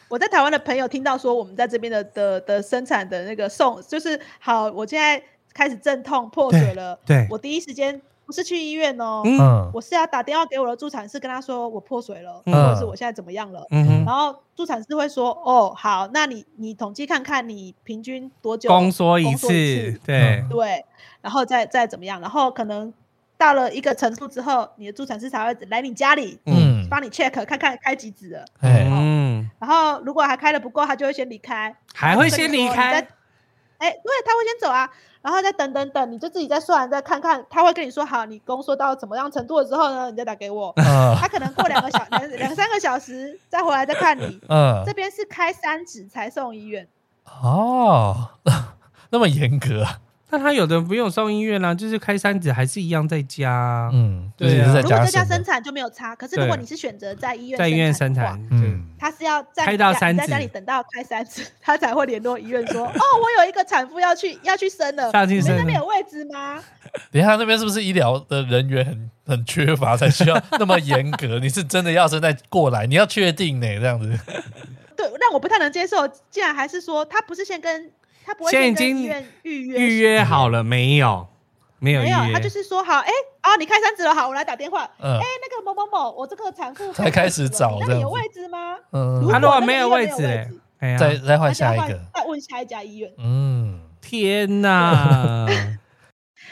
S5: 我在台湾的朋友听到说我们在这边的的的生产的那个送，就是好，我现在开始阵痛破水了，
S4: 对
S5: 我第一时间不是去医院哦，
S4: 嗯
S3: 嗯，
S5: 我是要打电话给我的助产士，跟他说我破水了，
S4: 嗯
S5: 或者是我现在怎么样了。
S4: 嗯哼，
S5: 然后助产士会说：“哦，好，那你你统计看看你平均多久
S4: 宫缩一
S5: 宫
S4: 次
S5: 缩一，
S4: 对，
S3: 嗯
S5: 对，然后再再怎么样，然后可能到了一个程度之后，你的助产士才会来你家里
S4: 嗯
S3: 嗯，
S5: 帮你 check 看看开几指了，
S3: 哎，。
S4: 嗯，
S5: 然后如果还开的不够，他就会先离开，
S4: 还会先离
S5: 然后跟你说你
S4: 开
S5: 再，哎，对，他会先走啊，然后再等等等，你就自己再算，再看看，他会跟你说好，你宫缩到怎么样程度了之后呢，你再打给我
S4: [laughs]
S3: 嗯
S5: 他可能过两个小两两三个小时再回来再
S4: [laughs]
S5: 看你。
S3: 嗯 [laughs]
S5: 这，边是开三指才送医院，
S3: 哦， [laughs] 那么严格啊，
S4: 那他有的不用送医院啦，就是开三指还是一样在家啊，
S3: 嗯，
S4: 对
S3: 就
S4: 啊
S3: 是在
S5: 如果
S3: 家
S5: 在家生
S3: 的，
S5: 产就没有差，可是如果
S4: 对
S5: 你是选择在医院
S4: 在医院生
S5: 生的话
S4: 产，，嗯，
S3: 嗯，
S5: 他是要在
S4: 开
S5: 你
S4: 到
S5: 家
S4: 三
S5: 你在家
S4: 指
S5: 里等到开三指，他才会联络医院说，哦，我有一个产妇要去要去生了，
S4: 上去
S5: 你
S4: 生
S5: 们那
S4: 了
S5: 边有位置吗？
S3: 等一下那边是不是医疗的人员很 [laughs] 很缺乏，才需要那么严格？你是真的要生再过来，你要确定呢，这样子，
S5: 对，让我不太能接受，竟然还是说他不是先跟他不会
S4: 现在
S5: 先
S4: 已
S5: 跟
S4: 经
S5: 医院预约，
S4: 预约好了没有？没有预
S5: 没有，
S4: 约，
S5: 他就是说好，哎、啊，你开三指了，好，我来打电话。哎、
S3: 嗯
S5: 那个某某某，我这个产妇
S3: 才
S5: 快
S3: 开
S5: 破
S3: 始
S5: 水了
S3: 找
S5: 你那
S3: 这
S5: 里
S3: 样
S5: 有
S3: 子
S5: 位置吗？
S3: 嗯
S5: 如
S4: 他
S5: 果
S4: 如果
S5: 那个
S4: 没有
S5: 医院
S4: 位
S5: 没有
S4: 置
S5: 位
S4: 欸
S5: 置，
S4: 哎呀，
S3: 再再换
S5: 那就要
S3: 下一
S5: 换
S3: 个，
S5: 再问下一家医院。
S3: 嗯
S4: 天哪，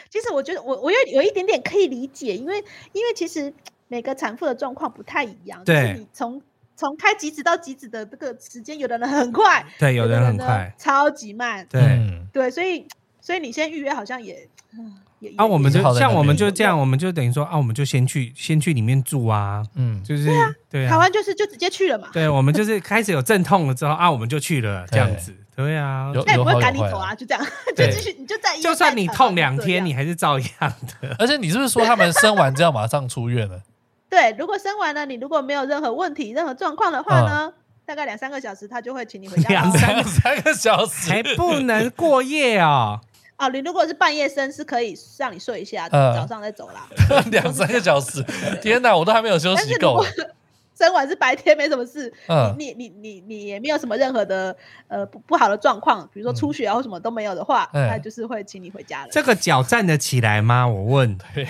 S5: 其实我觉得我我有有一点点可以理解，因为因为其实每个产妇的状况不太一样，就是
S4: 对
S5: 你从从开几指到几指的这个时间，有的人很快，
S4: [laughs] 对，有
S5: 的
S4: 人很
S5: 呢
S4: 快，
S5: 超级慢，
S4: 对。
S3: 嗯
S5: 对，所以所以你先预约好像也嗯也
S4: 啊，我们
S5: 也
S4: 就
S3: 好在那
S4: 像我们
S3: 边
S4: 就这样，我们就等于说啊，我们就先去先去里面住啊，
S3: 嗯，
S4: 就是对
S5: 台
S4: 啊，
S5: 湾就是就直接去了嘛，
S4: 对，我们就是开始有阵痛了之后啊，我们就去了这
S3: 对
S4: 样子，对啊，
S3: 有
S5: 他也不
S3: 有
S5: 会
S3: 好有
S5: 赶你
S3: 坏
S5: 走啊，就这样，就
S3: 对
S5: 继续你就在医
S4: 就
S5: 院
S4: 算
S5: 待
S4: 你
S5: 产
S4: 痛
S5: 嘛
S4: 两
S5: 就这
S4: 天，
S5: 样
S4: 你还是照样的，
S3: 而且你是不是说他们生完就要马上出院
S5: [laughs]
S3: 了？
S5: 对，如果生完了你如果没有任何问题、任何状况的话
S3: 嗯
S5: 呢，大概两三个小时他就会请你回家
S4: 两
S5: 了。
S4: 三
S3: 两三个小
S4: [laughs]
S3: 时
S4: 还，不能过夜 [laughs] 哦。
S5: 哦，你如果是半夜生是可以让你睡一下，
S3: 嗯
S5: 早上再走啦。
S3: [laughs] 两三个小时，天哪，我都还没有休
S5: 但是
S3: 息
S5: 如
S3: 够
S5: 果。 [laughs] 生完是白天没什么事，
S3: 嗯
S5: 你你你你你也没有什么任何的呃不不好的状况，比如说出血啊或什么都没有的话，
S3: 嗯
S5: 那就是会请你回家了。
S4: 这个脚站得起来吗？我 [laughs] 问。
S3: 对，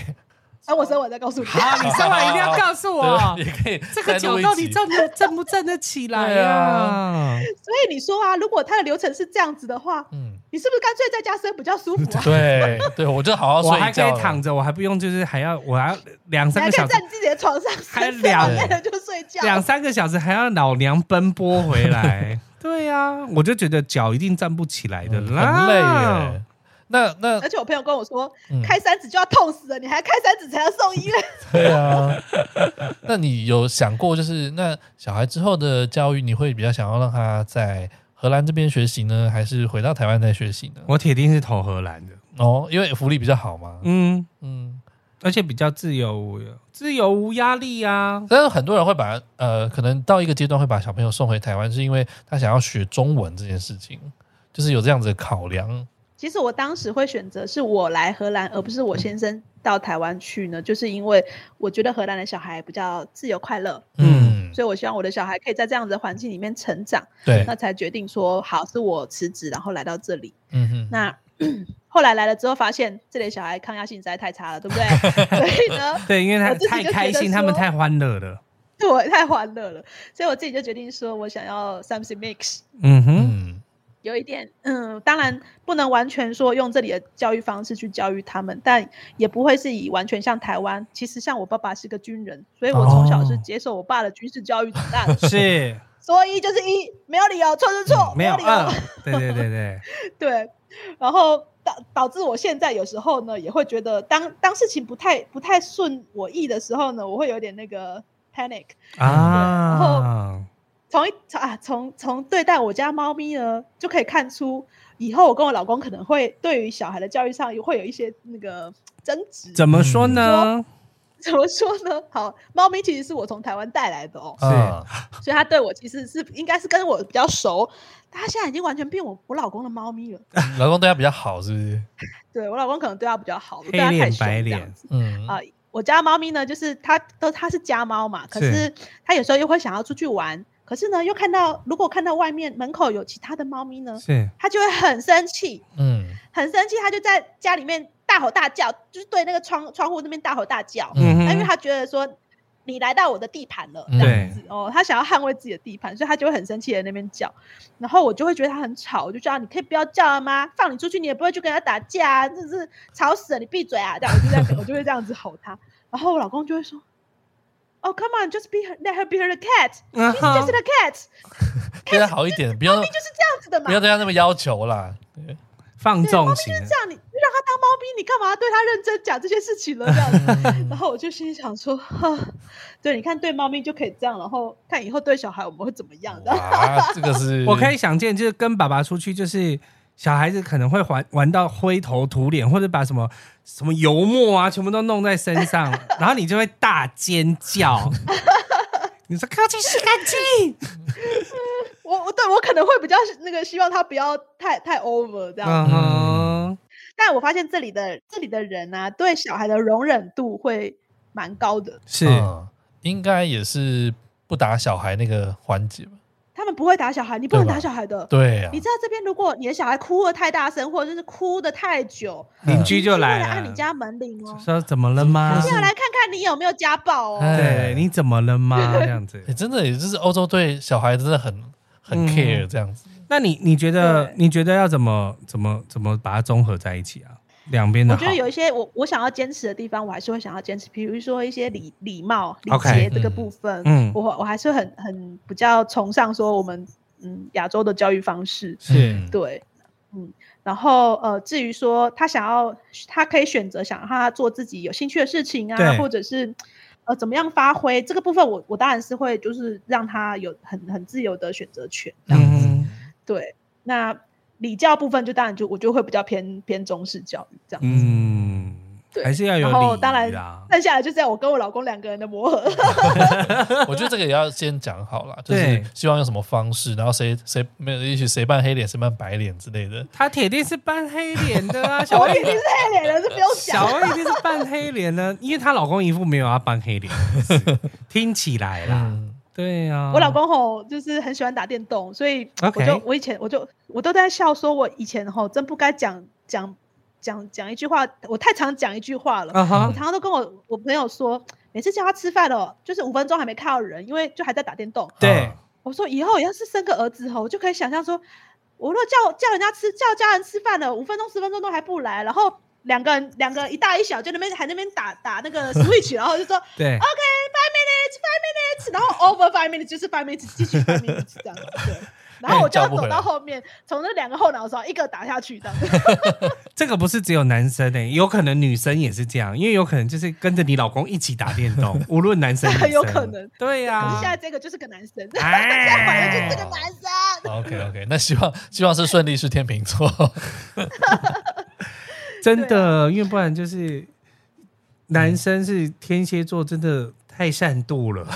S5: 等我生完再告诉你。
S4: 好，你生完一定要告诉
S5: 啊
S4: 我
S3: 对，，你可以
S4: [laughs] 这个
S3: 再录
S4: 脚
S3: 一
S4: 到底
S3: 集
S4: 站得站不站得起来
S3: 对
S4: 啊
S3: 啊？
S5: [laughs] 所以你说啊，如果他的流程是这样子的话，
S3: 嗯，
S5: 你是不是干脆在家生比较舒服
S4: [laughs]
S5: 啊？
S3: 对对，我就好好
S4: 我
S3: 睡
S4: 还
S3: 一
S4: 可
S3: 觉
S4: 以
S3: 了。
S4: 躺着，我还不用，就是还要我还要两
S5: 你
S4: 三
S5: 还
S4: 个
S5: 可
S4: 小
S5: 以
S4: 时
S5: 在，你自己的床上
S4: 还
S5: 生，生完
S4: 两
S5: 累了就睡觉。
S4: 两三个小时还要老娘奔波回来。 [laughs] 对呀、我就觉得脚一定站不起来的
S3: 嗯
S4: 啦，
S3: 很累耶。那那
S5: 而且我朋友跟我说，
S3: 嗯
S5: 开三指就要痛死了，你还开三指才要送医院。
S4: [laughs]
S3: 对啊，那你有想过，就是那小孩之后的教育，你会比较想要让他在荷兰这边学习呢，还是回到台湾再学习呢？
S4: 我铁定是投荷兰的，
S3: 哦，因为福利比较好嘛。
S4: 嗯，
S3: 嗯，
S4: 而且比较自由无自由无压力啊。
S3: 但是很多人会把呃，可能到一个阶段会把小朋友送回台湾，是因为他想要学中文这件事情，就是有这样子的考量。
S5: 其实我当时会选择是我来荷兰，而不是我先生到台湾去呢，就是因为我觉得荷兰的小孩比较自由快乐，
S3: 嗯，
S5: 所以我希望我的小孩可以在这样子的环境里面成长，
S3: 对
S5: 那，才决定说好是我辞职，然后来到这里。
S3: 嗯哼，
S5: 那 [clears throat] 后来来了之后，发现这类小孩抗压性实在太差了，对不对？所以呢， [laughs]
S4: 对，因为他
S5: 我自己
S4: 太
S5: 就觉
S4: 开
S5: 得
S4: 心，他们
S5: 说
S4: 太欢乐了。
S5: 对我太欢乐了，所以我自己就决定说我想要 something mix，
S4: 嗯哼，
S3: 嗯，
S5: 有一点，嗯，当然不能完全说用这里的教育方式去教育他们，但也不会是以完全像台湾。其实像我爸爸是个军人，所以我从小是
S4: 哦。
S5: 接受我爸的军事教育长大的
S4: [laughs] 是
S5: 所以就是一没有理由，错是错，
S4: 嗯没有
S5: 理由
S4: 二。，对对对 [laughs] 对，
S5: 对，然后导导致我现在有时候呢，也会觉得当当事情不太不太顺我意的时候呢，我会有点那个 panic。
S4: 啊，
S5: 从一从啊，从从对待我家猫咪呢，就可以看出，以后我跟我老公可能会对于小孩的教育上会有一些那个争执。
S4: 怎么说呢？
S5: 怎么说呢？好，猫咪其实是我从台湾带来的哦，
S4: 是
S3: 啊
S5: 所以它对我其实是应该是跟我比较熟。它现在已经完全变我我老公的猫咪了，
S3: 老公对他比较好，是不是？
S5: 对我老公可能对它比较好，我
S4: 黑
S5: 对它太
S4: 脸
S5: 熟
S4: 白
S5: 这样
S4: 脸
S5: 子
S3: 嗯
S5: 啊、我家猫咪呢，就是它都它是家猫嘛，可
S4: 是
S5: 是它有时候又会想要出去玩，可是呢又看到如果看到外面门口有其他的猫咪呢，
S4: 是
S5: 它就会很生气，
S3: 嗯
S5: 很生气，它就在家里面大吼大叫，就是对那个窗窗户那边大吼大叫，
S3: 嗯
S5: 那因为
S4: 哼，
S5: 它觉得说你来到我的地盘了，
S3: 嗯
S5: 这
S4: 对
S5: 样子哦，它想要捍卫自己的地盘，所以它就会很生气的在那边叫，然后我就会觉得它很吵，我就叫它你可以不要叫了吗？放你出去你也不会去跟它打架啊，真是吵死了，你闭嘴啊！这样我就在我就会这样子吼它，然后我老公就会说。Oh come on, just be her, let her be her cat.
S4: 嗯
S5: She's
S4: 哼
S5: just a cat，
S3: 对他好一点，不要
S5: 就是这样子的嘛。
S3: 不要对他那么要求啦。
S4: 放
S5: 对，猫
S4: 纵
S5: 咪
S4: 型
S5: 就是这样，你你让它当猫咪，你干嘛对它认真讲这些事情了？这样子，然后我就心里想说，哈，对，你看对猫咪就可以这样，然后看以后对小孩我们会怎么样的。
S3: 哇，这个
S5: [laughs]
S3: 是
S4: 我可以想见，就是跟爸爸出去，就是小孩子可能会玩玩到灰头土脸，或者把什么什么油墨啊，全部都弄在身 [laughs] 上，然后你就会大尖 [laughs] 叫。你说靠近洗干净，
S5: 我我对我可能会比较那个希望它不要太太 over 这样，
S4: 嗯哼，
S5: 但我发现这里的这里的人啊，对小孩的容忍度会蛮高的，
S4: 是
S3: 嗯应该也是不打小孩那个环节吧？
S5: 他们不会打小孩，你不能
S3: 对吧
S5: 打小孩的。
S3: 对啊
S5: 你，知道这边如果你的小孩哭的太大声，或者是哭的太久，
S4: 邻居就
S5: 会
S4: 来
S5: 按
S4: 了
S5: 你，家门铃哦。
S4: 说怎么了吗
S5: 是？要来看看你有没有家暴哦。
S4: 对你怎么了 [laughs] 吗？这样子
S3: 哎，，真的，也就是欧洲对小孩真的很很
S4: 嗯
S3: care 这样子。
S4: 那你你觉得
S5: 对
S4: 你觉得要怎么怎么怎么把它综合在一起啊？两边的
S5: 我
S4: 好
S5: 觉得有一些我我想要坚持的地方，我还是会想要坚持，比如说一些礼礼貌、礼
S4: OK，
S5: 节这个
S3: 嗯
S5: 部分，
S4: 嗯
S5: 我我还是很很比较崇尚说我们嗯亚洲的教育方式，
S4: 是
S3: 嗯
S5: 对，嗯，然后呃，至于说他想要，他可以选择想让他做自己有兴趣的事情啊
S4: 对，
S5: 或者是呃怎么样发挥这个部分我，我当然是会就是让他有很很自由的选择权，这样子，
S4: 嗯
S5: 对，那。礼教部分就当然就我就会比较偏偏中式教育这样子，
S4: 嗯，
S5: 对
S4: 还是要有
S5: 然后
S4: 礼
S5: 当然
S4: 仪啊啦
S5: 剩下来就在我跟我老公两个人的磨合。
S3: 嗯我觉得这个也要先讲好
S4: [laughs]
S3: 了，就
S4: 对
S3: 是希望用什么方式，然后谁谁没有，也许谁扮黑脸，谁扮白脸之类的。
S4: 他铁定是扮黑脸的
S5: [laughs]
S4: 啊，小
S5: 我
S4: 薇
S5: 已经是黑脸了，这不用
S4: 小哎
S5: 讲。
S4: 薇一定是扮黑脸的，因为她老公一副没有要扮黑脸的意思，听起来啦，
S3: 嗯，
S4: 对啊，
S5: 我老公吼就是很喜欢打电动，所以我
S4: OK
S5: 就我以前我就我都在笑，说我以前吼真不该讲讲讲讲一句话，我太常讲一句话了。
S4: 啊
S5: 我
S4: 哈，
S5: 常常都跟我我朋友说，每次叫他吃饭了，就是五分钟还没看到人，因为就还在打电动。
S4: 对，
S5: 我说以后要是生个儿子吼，我就可以想象说，我若叫叫人家吃，叫家人吃饭了，五分钟十分钟都还不来，然后两个人两个一大一小就那边还那边打打
S3: [laughs]
S5: 那个 switch，然后就说 OK
S4: 对
S5: five，minutes five minutes，然后 over five minutes 就是 five minutes，继续 five minutes 这样子。对然后我就要
S3: 哎叫不回
S5: 走
S3: 来
S5: 到后面，从那两个后脑勺一个打下去这样子。
S4: 这个不是只有男生诶，有可能女生也是这样，因为有可能就是跟着你老公一起打电
S5: [laughs]
S4: 动，无论男生女生
S5: 有可能，
S4: 对
S5: 可是
S3: 啊
S4: 呀
S5: 现，在这个就是个男生， [laughs] 现
S4: 哎
S5: 在怀的就是个男生。
S3: OK OK，那希望希望是顺利是天秤座，
S4: [laughs] 真
S3: 啊
S4: 的，因为不然就是男生是天蝎座，真的太善妒
S3: [laughs]
S4: 了。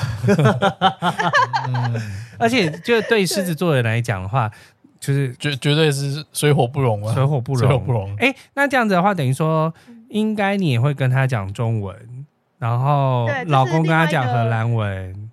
S4: 嗯而且，就对狮子座人来讲的话，就是
S3: 绝绝对是水火不容啊
S4: 水。火不容，
S3: 水火不容
S4: 哎、那这样子的话，等于说，应该你也会跟他讲中文，然后
S5: 对这是
S4: 老公跟他讲
S5: 另外一
S4: 荷
S5: 个
S4: 兰文，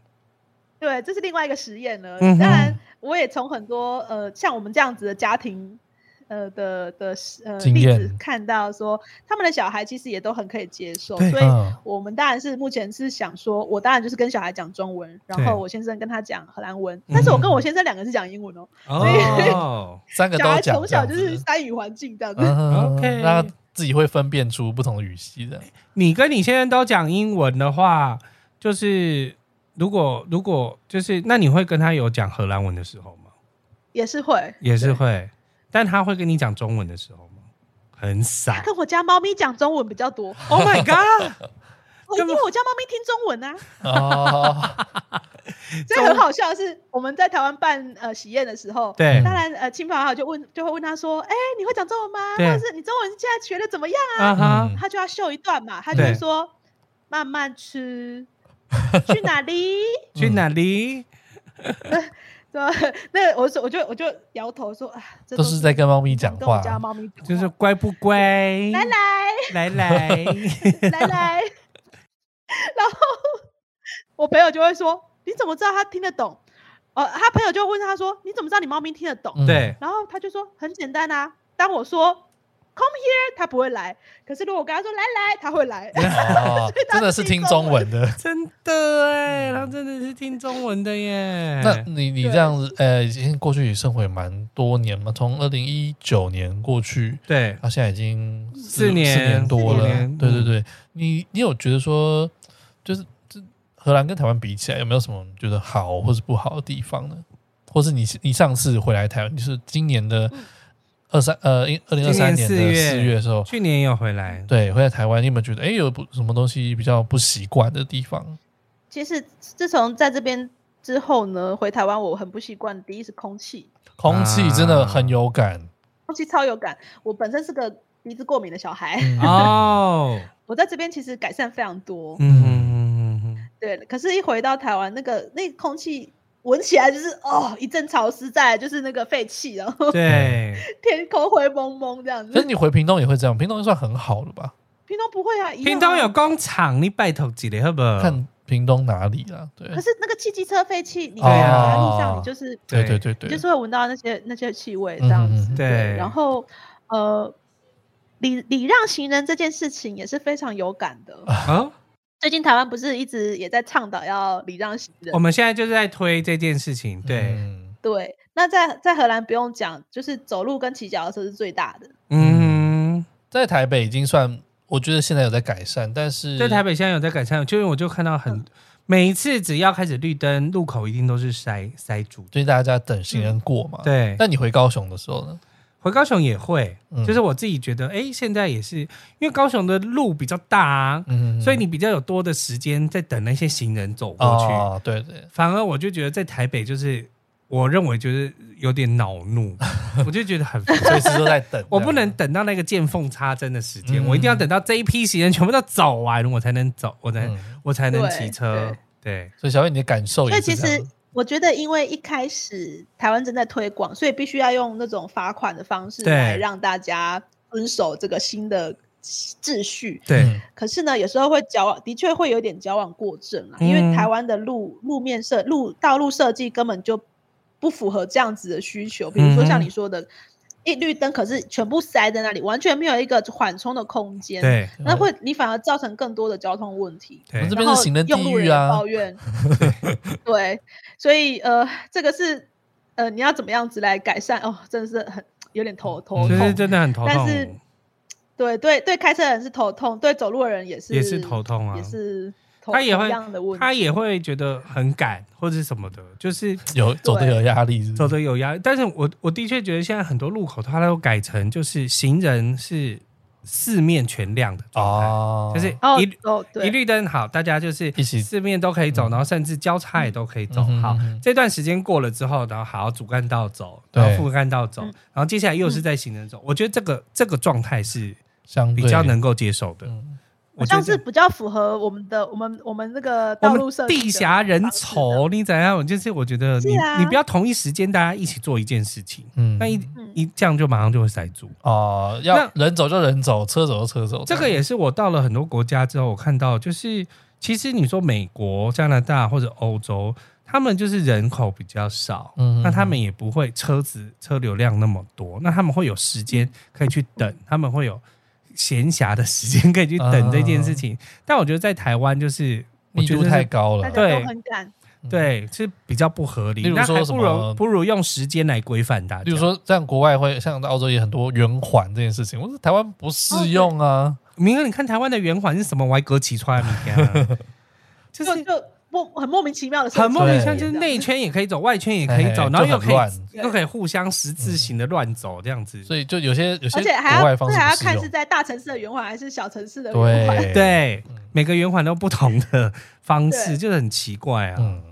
S5: 对，这是另外一个实验了。
S4: 嗯哼
S5: 当然，我也从很多呃像我们这样子的家庭，呃的的实呃
S3: 经
S5: 例子
S3: 验
S5: 看到说，他们的小孩其实也都很可以接受，
S3: 对
S5: 所以
S3: 嗯
S5: 我们当然是目前是想说，我当然就是跟小孩讲中文，然
S3: 对嗯
S5: 后我先生跟他讲荷兰文，但是我跟我先生两个是讲英文哦，
S3: [laughs]
S4: 哦，
S3: 三个都
S5: 小孩
S3: 讲，
S5: 从小
S3: 这
S5: 就
S3: 样
S5: 是
S3: 子
S5: 三语环境这样子。
S3: 嗯
S4: OK
S3: 让他自己会分辨出不同的语系的。
S4: 你跟你现在都讲英文的话，就是如果如果就是，那你会跟他有讲荷兰文的时候吗？
S5: 也是会。
S4: 也是会，但他会跟你讲中文的时候吗？很少。
S5: 跟我家猫咪讲中文比较多，
S4: Oh my god！
S5: 我
S4: 干
S5: 因
S4: 嘛
S5: 为我家猫咪听中文
S3: [laughs]
S5: 啊，
S3: 哦，
S5: 所以很好笑的是，我们在台湾办呃喜宴的时候，
S4: [laughs] 对
S5: 当然呃亲朋好友就问就会问他说，哎、你会讲中文吗？
S4: 对
S5: 或者是你中文现在学的怎么样啊？
S4: 啊哈
S3: 嗯，
S5: 他就要秀一段嘛，他就会
S4: 对
S5: 说慢慢吃，去哪里？
S4: 去哪里？
S5: 对，那我说我就我就摇头说啊，这
S3: 都是在跟猫咪讲
S5: 跟我
S3: 话。啊
S5: 家猫咪讲话
S4: 就是乖不乖？
S5: 来来。
S4: 来来，
S3: 嗯
S5: 来来，然后我朋友就会说：“你怎么知道他听得懂？”呃，他朋友就问他说：“你怎么知道你猫咪听得懂？”
S3: 嗯 [laughs]
S4: 对，
S5: 然后他就说：“很简单啊，当我说 come here，他不会来；可是如果我跟他说来来，他会来。
S3: 哦，真的是听中文的。
S4: 真的哎，他真的是听中文的
S3: 嗯
S4: 耶。
S3: 那你你这样子，呃，已经过去也生活也蛮多年嘛，从二零一九年过去，
S4: 对，
S3: 到啊现在已经
S4: 四
S3: 年
S4: 年
S3: 四多
S5: 四
S3: 了
S4: 年。
S3: 对对
S4: 嗯
S3: 对，你你有觉得说，就是这荷兰跟台湾比起来，有没有什么觉得好或是不好的地方呢？或是你你上次回来台湾，你是今年的
S5: 嗯
S3: 二三呃二零二三年的
S4: 今年四月
S3: 四月的时候，
S4: 去年也有回来，
S3: 对，回来台湾，你有没有觉得哎、诶有不什么东西比较不习惯的地方？
S5: 其实自从在这边之后呢，回台湾我很不习惯。第一是空气，
S3: 空气
S4: 啊
S3: 真的很有感，
S5: 空气超有感。我本身是个鼻子过敏的小孩，
S3: [laughs] 嗯
S4: [laughs] 哦，
S5: 我在这边其实改善非常多。
S4: 嗯嗯嗯嗯
S5: 对，可是，一回到台湾，那个那空气闻起来就是哦，一阵潮湿在，就是那个废气，然后
S4: 嗯，
S5: [laughs]
S4: 对，
S3: [laughs]
S5: 天空灰蒙蒙这样
S3: 可是
S5: 子。
S3: 你回屏东也会这样，屏东算很好了吧？
S5: 屏东不会啊，一样
S4: 屏东
S5: 啊
S4: 有，工厂，你拜托几个好不好？
S3: 看屏东哪里啦，对
S5: 可是那个汽机车废气，
S3: 对
S5: 你压
S3: 啊
S5: 力上你就是、
S3: 对对对
S5: 你
S3: 对
S5: 就是会闻到那些那些气味这样子。
S3: 嗯嗯嗯
S4: 对
S5: 然后呃，礼礼让行人这件事情也是非常有感的。
S4: 啊，
S5: 最近台湾不是一直也在倡导要礼让行人
S3: 哦
S4: 我？们现在就是在推这件事情，对，
S3: 嗯
S5: 对，那在在荷兰不用讲，就是走路跟骑脚踏车是最大的。
S4: 嗯，
S3: 在台北已经算，我觉得现在有在改善，但是
S4: 在台北现在有在改善，就是我就看到
S3: 嗯
S4: 很每一次只要开始绿灯，路口一定都是塞塞住的，
S3: 就是大家等行人过嘛。。
S4: 嗯对，
S3: 但你回高雄的时候呢？
S4: 回高雄也会
S3: 嗯，
S4: 就是我自己觉得，哎、现在也是因为高雄的路比较大、啊，
S3: 嗯
S4: 所以你比较有多的时间在等那些行人走过去。
S3: 哦，对对，
S4: 反而我就觉得在台北，就是我认为就是有点恼
S3: [laughs]
S4: 怒，我就觉得很烦。
S3: 随时都在等。
S4: [laughs] 我不能等到那个见缝插针的时间，
S3: 嗯
S4: 我一定要等到这一批行人全部都走完，我才能走，我
S3: 这
S4: 才、
S3: 样。嗯
S4: 我才能骑车对，
S5: 对。
S3: 所以小伟，你的感受哦
S5: 所
S3: 也
S5: 以
S3: 是
S5: 其
S3: 这样
S5: 实我觉得，因为一开始台湾正在推广，所以必须要用那种罚款的方式
S4: 对
S5: 来让大家遵守这个新的秩序。
S4: 对，
S3: 嗯
S5: 可是呢，有时候会矫枉，的确会有点矫枉过正啊，
S4: 嗯
S5: 因为台湾的路路面设路道路设计根本就不符合这样子的需求。比如说像
S4: 嗯哼
S5: 你说的，一绿灯可是全部塞在那里，完全没有一个缓冲的空
S3: 嗯
S5: 间。。
S4: 对，
S5: 那会，你反而造成更多的交通问题。
S3: 我们这
S4: 对，
S3: 边
S5: 然
S3: 是
S5: 后
S3: 行人
S5: 用
S3: 地
S5: 路人
S3: 狱
S5: 也
S3: 啊 [laughs]
S5: 抱，怨， [laughs] 对，所以呃，这个是呃，你要怎么样子来改善？哦，真的是很有点头头
S4: 就
S5: 痛，
S4: 是真的很头
S5: 但
S4: 痛，
S5: 是对对对，开车的人是头痛，对走路的人也是
S4: 也是头痛啊
S5: 也是头
S4: 他也
S5: 同
S4: 会
S5: 样的问
S4: 他
S5: 题，
S4: 也会觉得很赶或者什么的，就是
S3: 有走的有压力是不是，
S4: 走的有压力。但是我我的确觉得现在很多路口它都改成就是行人是四面全亮的状态，
S3: 哦，
S4: 就是
S5: 哦
S4: 一、
S5: 哦
S4: 一
S5: 对，
S4: 绿灯好，大家就是
S3: 一起
S4: 四面都可以走，然后甚至交叉也都可以走。
S3: 嗯哼
S4: 好
S3: 嗯哼，
S4: 这段时间过了之后，然后好主干道走，
S3: 对
S4: 然后副干道走，
S5: 嗯
S4: 然后接下来又是在行人走。我觉得这个这个状态是
S3: 相对
S4: 比较能够接受的。
S3: 嗯
S4: 我觉
S5: 像
S4: 得
S5: 是比较符合我们的我们我们那个
S4: 我
S5: 道路设
S4: 们
S5: 计
S4: 地
S5: 的
S4: 狭人
S5: 方式的，
S4: 稠，你怎样？就是我觉得你、
S5: 是啊
S4: 你不要同一时间大家一起做一件事情，
S3: 嗯
S4: 那一
S5: 嗯
S4: 一这样就马上就会塞住。
S3: 哦，要
S4: 那
S3: 人走就人走，车走就车走，
S4: 这个也是我到了很多国家之后，我看到就是其实你说美国、加拿大或者欧洲，他们就是人口比较少，
S3: 嗯
S4: 那他们也不会车子车流量那么多，那他们会有时间可以去
S5: [laughs]
S4: 等，他们会有闲暇的时间可以去等这件事
S5: 啊
S4: 情。但我觉得在台湾就是我
S3: 密
S4: 觉
S3: 度
S4: 得
S3: 太
S4: 是
S3: 高
S5: 大
S3: 了。
S5: 家
S4: 对
S5: 都很赶，
S4: 对是比较不合理，
S3: 嗯例如
S4: 那
S3: 说
S4: 还
S3: 什
S4: 不
S3: 么
S4: 如不如用时间来规范大家。
S3: 例如说，像国外会像在澳洲也很多圆环这件事情，我说台湾不适用啊。
S4: 明哥，你看台湾的圆环是什么歪格起出来的
S3: [laughs]
S4: 名啊？就
S5: 就是就莫很莫名其妙的事情，
S4: 很莫名其妙，
S3: 对
S4: 就是内圈也可以走，外圈也可以走，
S3: 嘿嘿
S4: 然后
S3: 就
S4: 又
S3: 很
S4: 可
S3: 乱
S4: [laughs]
S3: 嗯
S4: 以又可以互相十字形的乱走这样子。
S3: 所以就有些有些
S5: 而且还
S3: 国外
S5: 要
S3: 方
S5: 这
S3: 式
S5: 还要
S3: 不适
S5: 看是
S3: 用。
S5: 在大城市的圆环还是小城市的圆环。
S3: 对，
S4: 对
S3: 嗯，
S4: 每个圆环都不同的方式，
S5: 对
S4: 就是很奇怪啊。
S3: 嗯，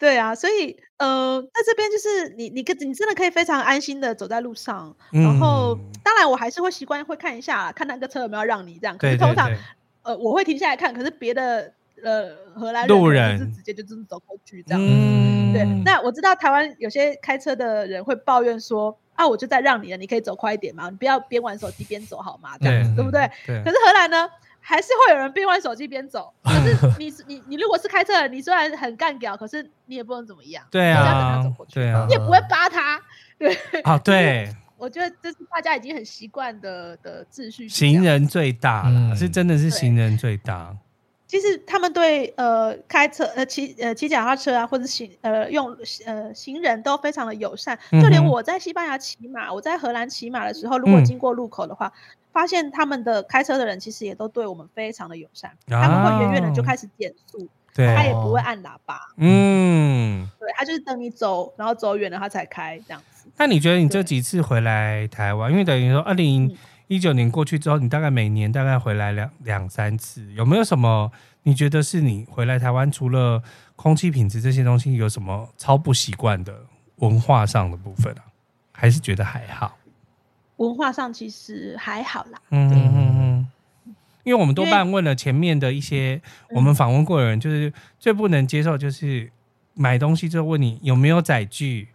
S5: 对啊，所以呃，在这边就是你你可你真的可以非常安心的走在路上，然后
S4: 嗯
S5: 当然我还是会习惯会看一下啦，看那个车有没有让你这样。可
S4: 对
S5: 是通
S4: 对
S5: 常
S4: 对，
S5: 呃我会停下来看，可是别的呃荷兰
S4: 路
S5: 可能就是
S4: 人
S5: 直接就这么走过去这样。
S4: 嗯，
S5: 对，那我知道台湾有些开车的人会抱怨说啊，我就在让你了，你可以走快一点嘛，你不要边玩手机边走好吗？这样
S4: 对
S5: 子对不对？可
S4: 对
S5: 是荷兰呢，还是会有人边玩手机边走。可
S4: [laughs]
S5: 是你你你如果是开车的人，你虽然很干屌，可是你也不能怎么样，
S4: 对
S5: 你只要等他
S4: 啊
S5: 走过，去
S4: 对啊
S5: [laughs] 你，也不会扒他。对，
S4: 啊
S5: [laughs]
S4: 对，
S5: 我觉得这是大家已经很习惯的的秩序是这样。
S4: 行人最大啦，
S3: 嗯
S4: 是真的是
S5: 对
S4: 行人最大。
S5: 其实他们对呃开车呃骑呃骑脚踏车啊，或者行呃用呃行人都非常的友善。就
S4: 嗯
S5: 连
S4: 哼
S5: 我在西班牙骑马，我在荷兰骑马的时候，如果
S4: 嗯
S5: 经过路口的话，发现他们的开车的人其实也都对我们非常的友善，他们会远远的就
S4: 哦
S5: 开始减速，
S4: 对
S5: 他，也不会
S3: 哦
S5: 按喇叭，
S4: 嗯。
S5: 对他就是等你走，然后走远了他才开这样子。
S4: 那你觉得你这
S5: 对嗯
S4: 几次回来台湾，因为等于说二零一九年过去之后，你大概每年大概回来两两三次，有没有什么你觉得是你回来台湾除了空气品质这些东西，有什么超不习惯的文化上的部分啊？还是觉得还好？
S5: 文化上其实还好啦，
S4: 嗯嗯嗯嗯。因为我们多
S5: 因为嗯
S4: 半问了前面的一些我们访问过的人，就是最不能接受就是买东西就问你有没有载具，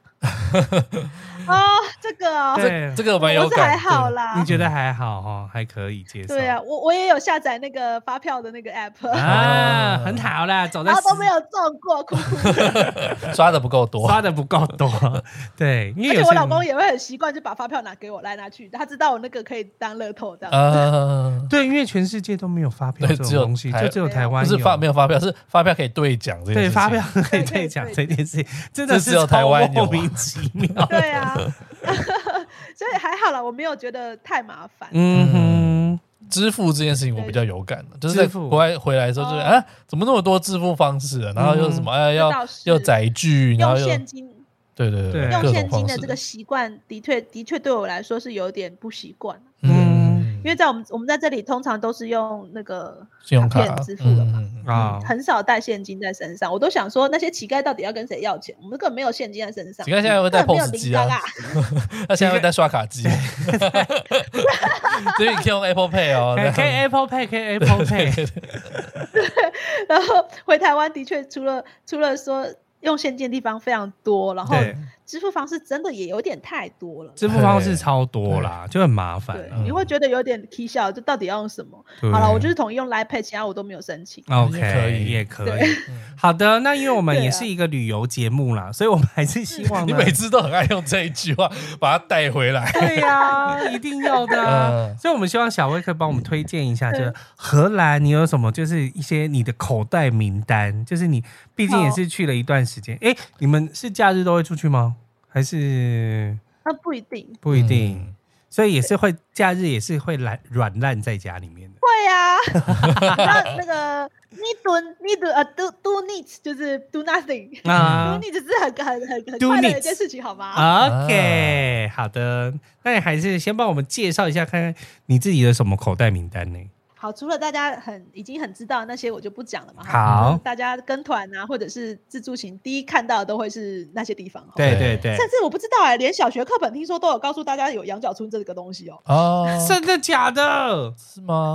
S5: 哦，这个哦，
S4: 对，
S3: 这个蛮有
S5: 我是还
S3: 感。
S5: 好
S3: 对，
S5: 啦
S4: 你。觉得还好哦，还可以接受。
S5: 啊对啊，我我也有下载那个发票的那个 app，、
S4: 啊，
S3: [laughs] 啊
S4: 很好啦，走在
S5: 然后啊都
S4: 时
S5: 没有中过，哭哭。
S3: [laughs] 抓的不够多。
S4: 刷的不够
S3: [laughs]
S4: 多，对，因为
S5: 而且
S4: 有
S5: 我
S4: 些
S5: 老公
S4: 人
S5: 也会很习惯，就把发票拿给我来拿去，他知道我那个可以当乐透这样。
S3: 呃，
S4: 对，因为全世界都没有发票这
S3: 对
S4: 种
S3: 只有
S4: 东西，
S3: 台
S4: 就只有台湾
S3: 不是发没
S4: 有。
S3: 有发票，是发票可以兑奖这件事
S4: 对，
S3: 情
S4: 发票可以再
S5: 对
S4: 讲这
S5: 对
S4: 件事情，真的
S3: 这
S4: 是
S3: 只有台
S4: 超
S3: 湾有啊
S4: 莫名其
S3: [laughs]
S4: 妙。
S5: 对啊，所以还好啦，我没有觉得太麻烦。
S4: 嗯哼，
S3: 支付这件事情我比较有感的，就是在
S4: 支付
S3: 国外回来的时候，就是
S5: 哦
S3: 啊，怎么那么多支付方式啊？然后又什么哎
S5: 这
S3: 要
S5: 倒是
S3: 要载具，然
S5: 用
S3: 后又
S5: 现金，
S3: 对对
S4: 对
S5: 用
S3: 各
S5: 现
S3: 种
S5: 金
S3: 方
S5: 的
S3: 式
S5: 这个习惯，的确的确对我来说是有点不习惯，
S4: 嗯
S3: 嗯，
S5: 因为在我们我们在这里通常都是用那个
S3: 信用
S5: 卡啊
S3: 卡
S5: 片支付的嘛。
S3: 嗯嗯嗯
S4: 啊，
S5: 很少带现金在身上，我都想说那些乞丐到底要跟谁要钱？我们根本没有现金在身上，
S3: 乞丐现在会带
S5: 根本没有
S3: POS 机
S5: 铃铛
S3: 啊 [laughs]
S5: 啊，
S3: 那现在会带刷卡
S4: [laughs]
S3: 机，所以你可以用 Apple Pay 哦，
S4: 可以可以 Apple Pay，可以 Apple
S3: [laughs]
S4: Pay，
S5: 然后回台湾的确除了除了说用现金的地方非常多，然后
S4: 对，
S5: 支付方式真的也有点太多了。
S4: 支付方式超多啦，就很麻烦
S5: 对
S4: 啊。，
S5: 你会觉得有点 k 笑，就到底要用什么？
S4: 对
S5: 好了，我就是统一用 Line Pay，其他我都没有申请。
S4: OK，
S3: 也可以嗯
S4: 也可以
S5: 对。
S4: 好的，那因为我们
S5: 对啊
S4: 也是一个旅游节目啦，所以我们还是希
S3: [laughs]
S4: 望
S3: 你
S4: 呢
S3: 每次都很爱用这一句话把它带回
S4: [laughs]
S3: 来，
S4: 对呀、一定要的、 [laughs] 啊。
S3: 嗯
S4: 所以，我们希望小薇可以帮我们推荐一下，就是
S5: 嗯
S4: 荷兰，你有什么就是一些你的口袋名单？就是你毕竟也是去了一段时间，哎、你们是假日都会出去吗？还是
S5: 那不一定
S4: 不一定？所以也是会假日也是会懒软烂在家里面的。
S5: 会啊。 [laughs] 那那个 need do need do 呃 do do needs 就是 do
S4: [laughs]
S5: nothing，do
S4: 啊
S5: needs 是很很很很
S4: Do
S5: 快乐
S4: needs 啊
S5: 的一件事情，好吗？
S4: ，OK，好的，那你还是先帮我们介绍一下，看看你自己的什么口袋名单呢？
S5: 好，除了大家很已经很知道的那些，我就不讲了嘛。哈
S4: 好
S5: 大家跟团啊，或者是自助行，第一看到的都会是那些地方。哈
S4: 对对
S3: 对
S4: 对，
S5: 甚至我不知道哎、连小学课本听说都有告诉大家有羊角村这个东西哦、
S3: 哦，
S4: 真的假的？
S3: 是吗？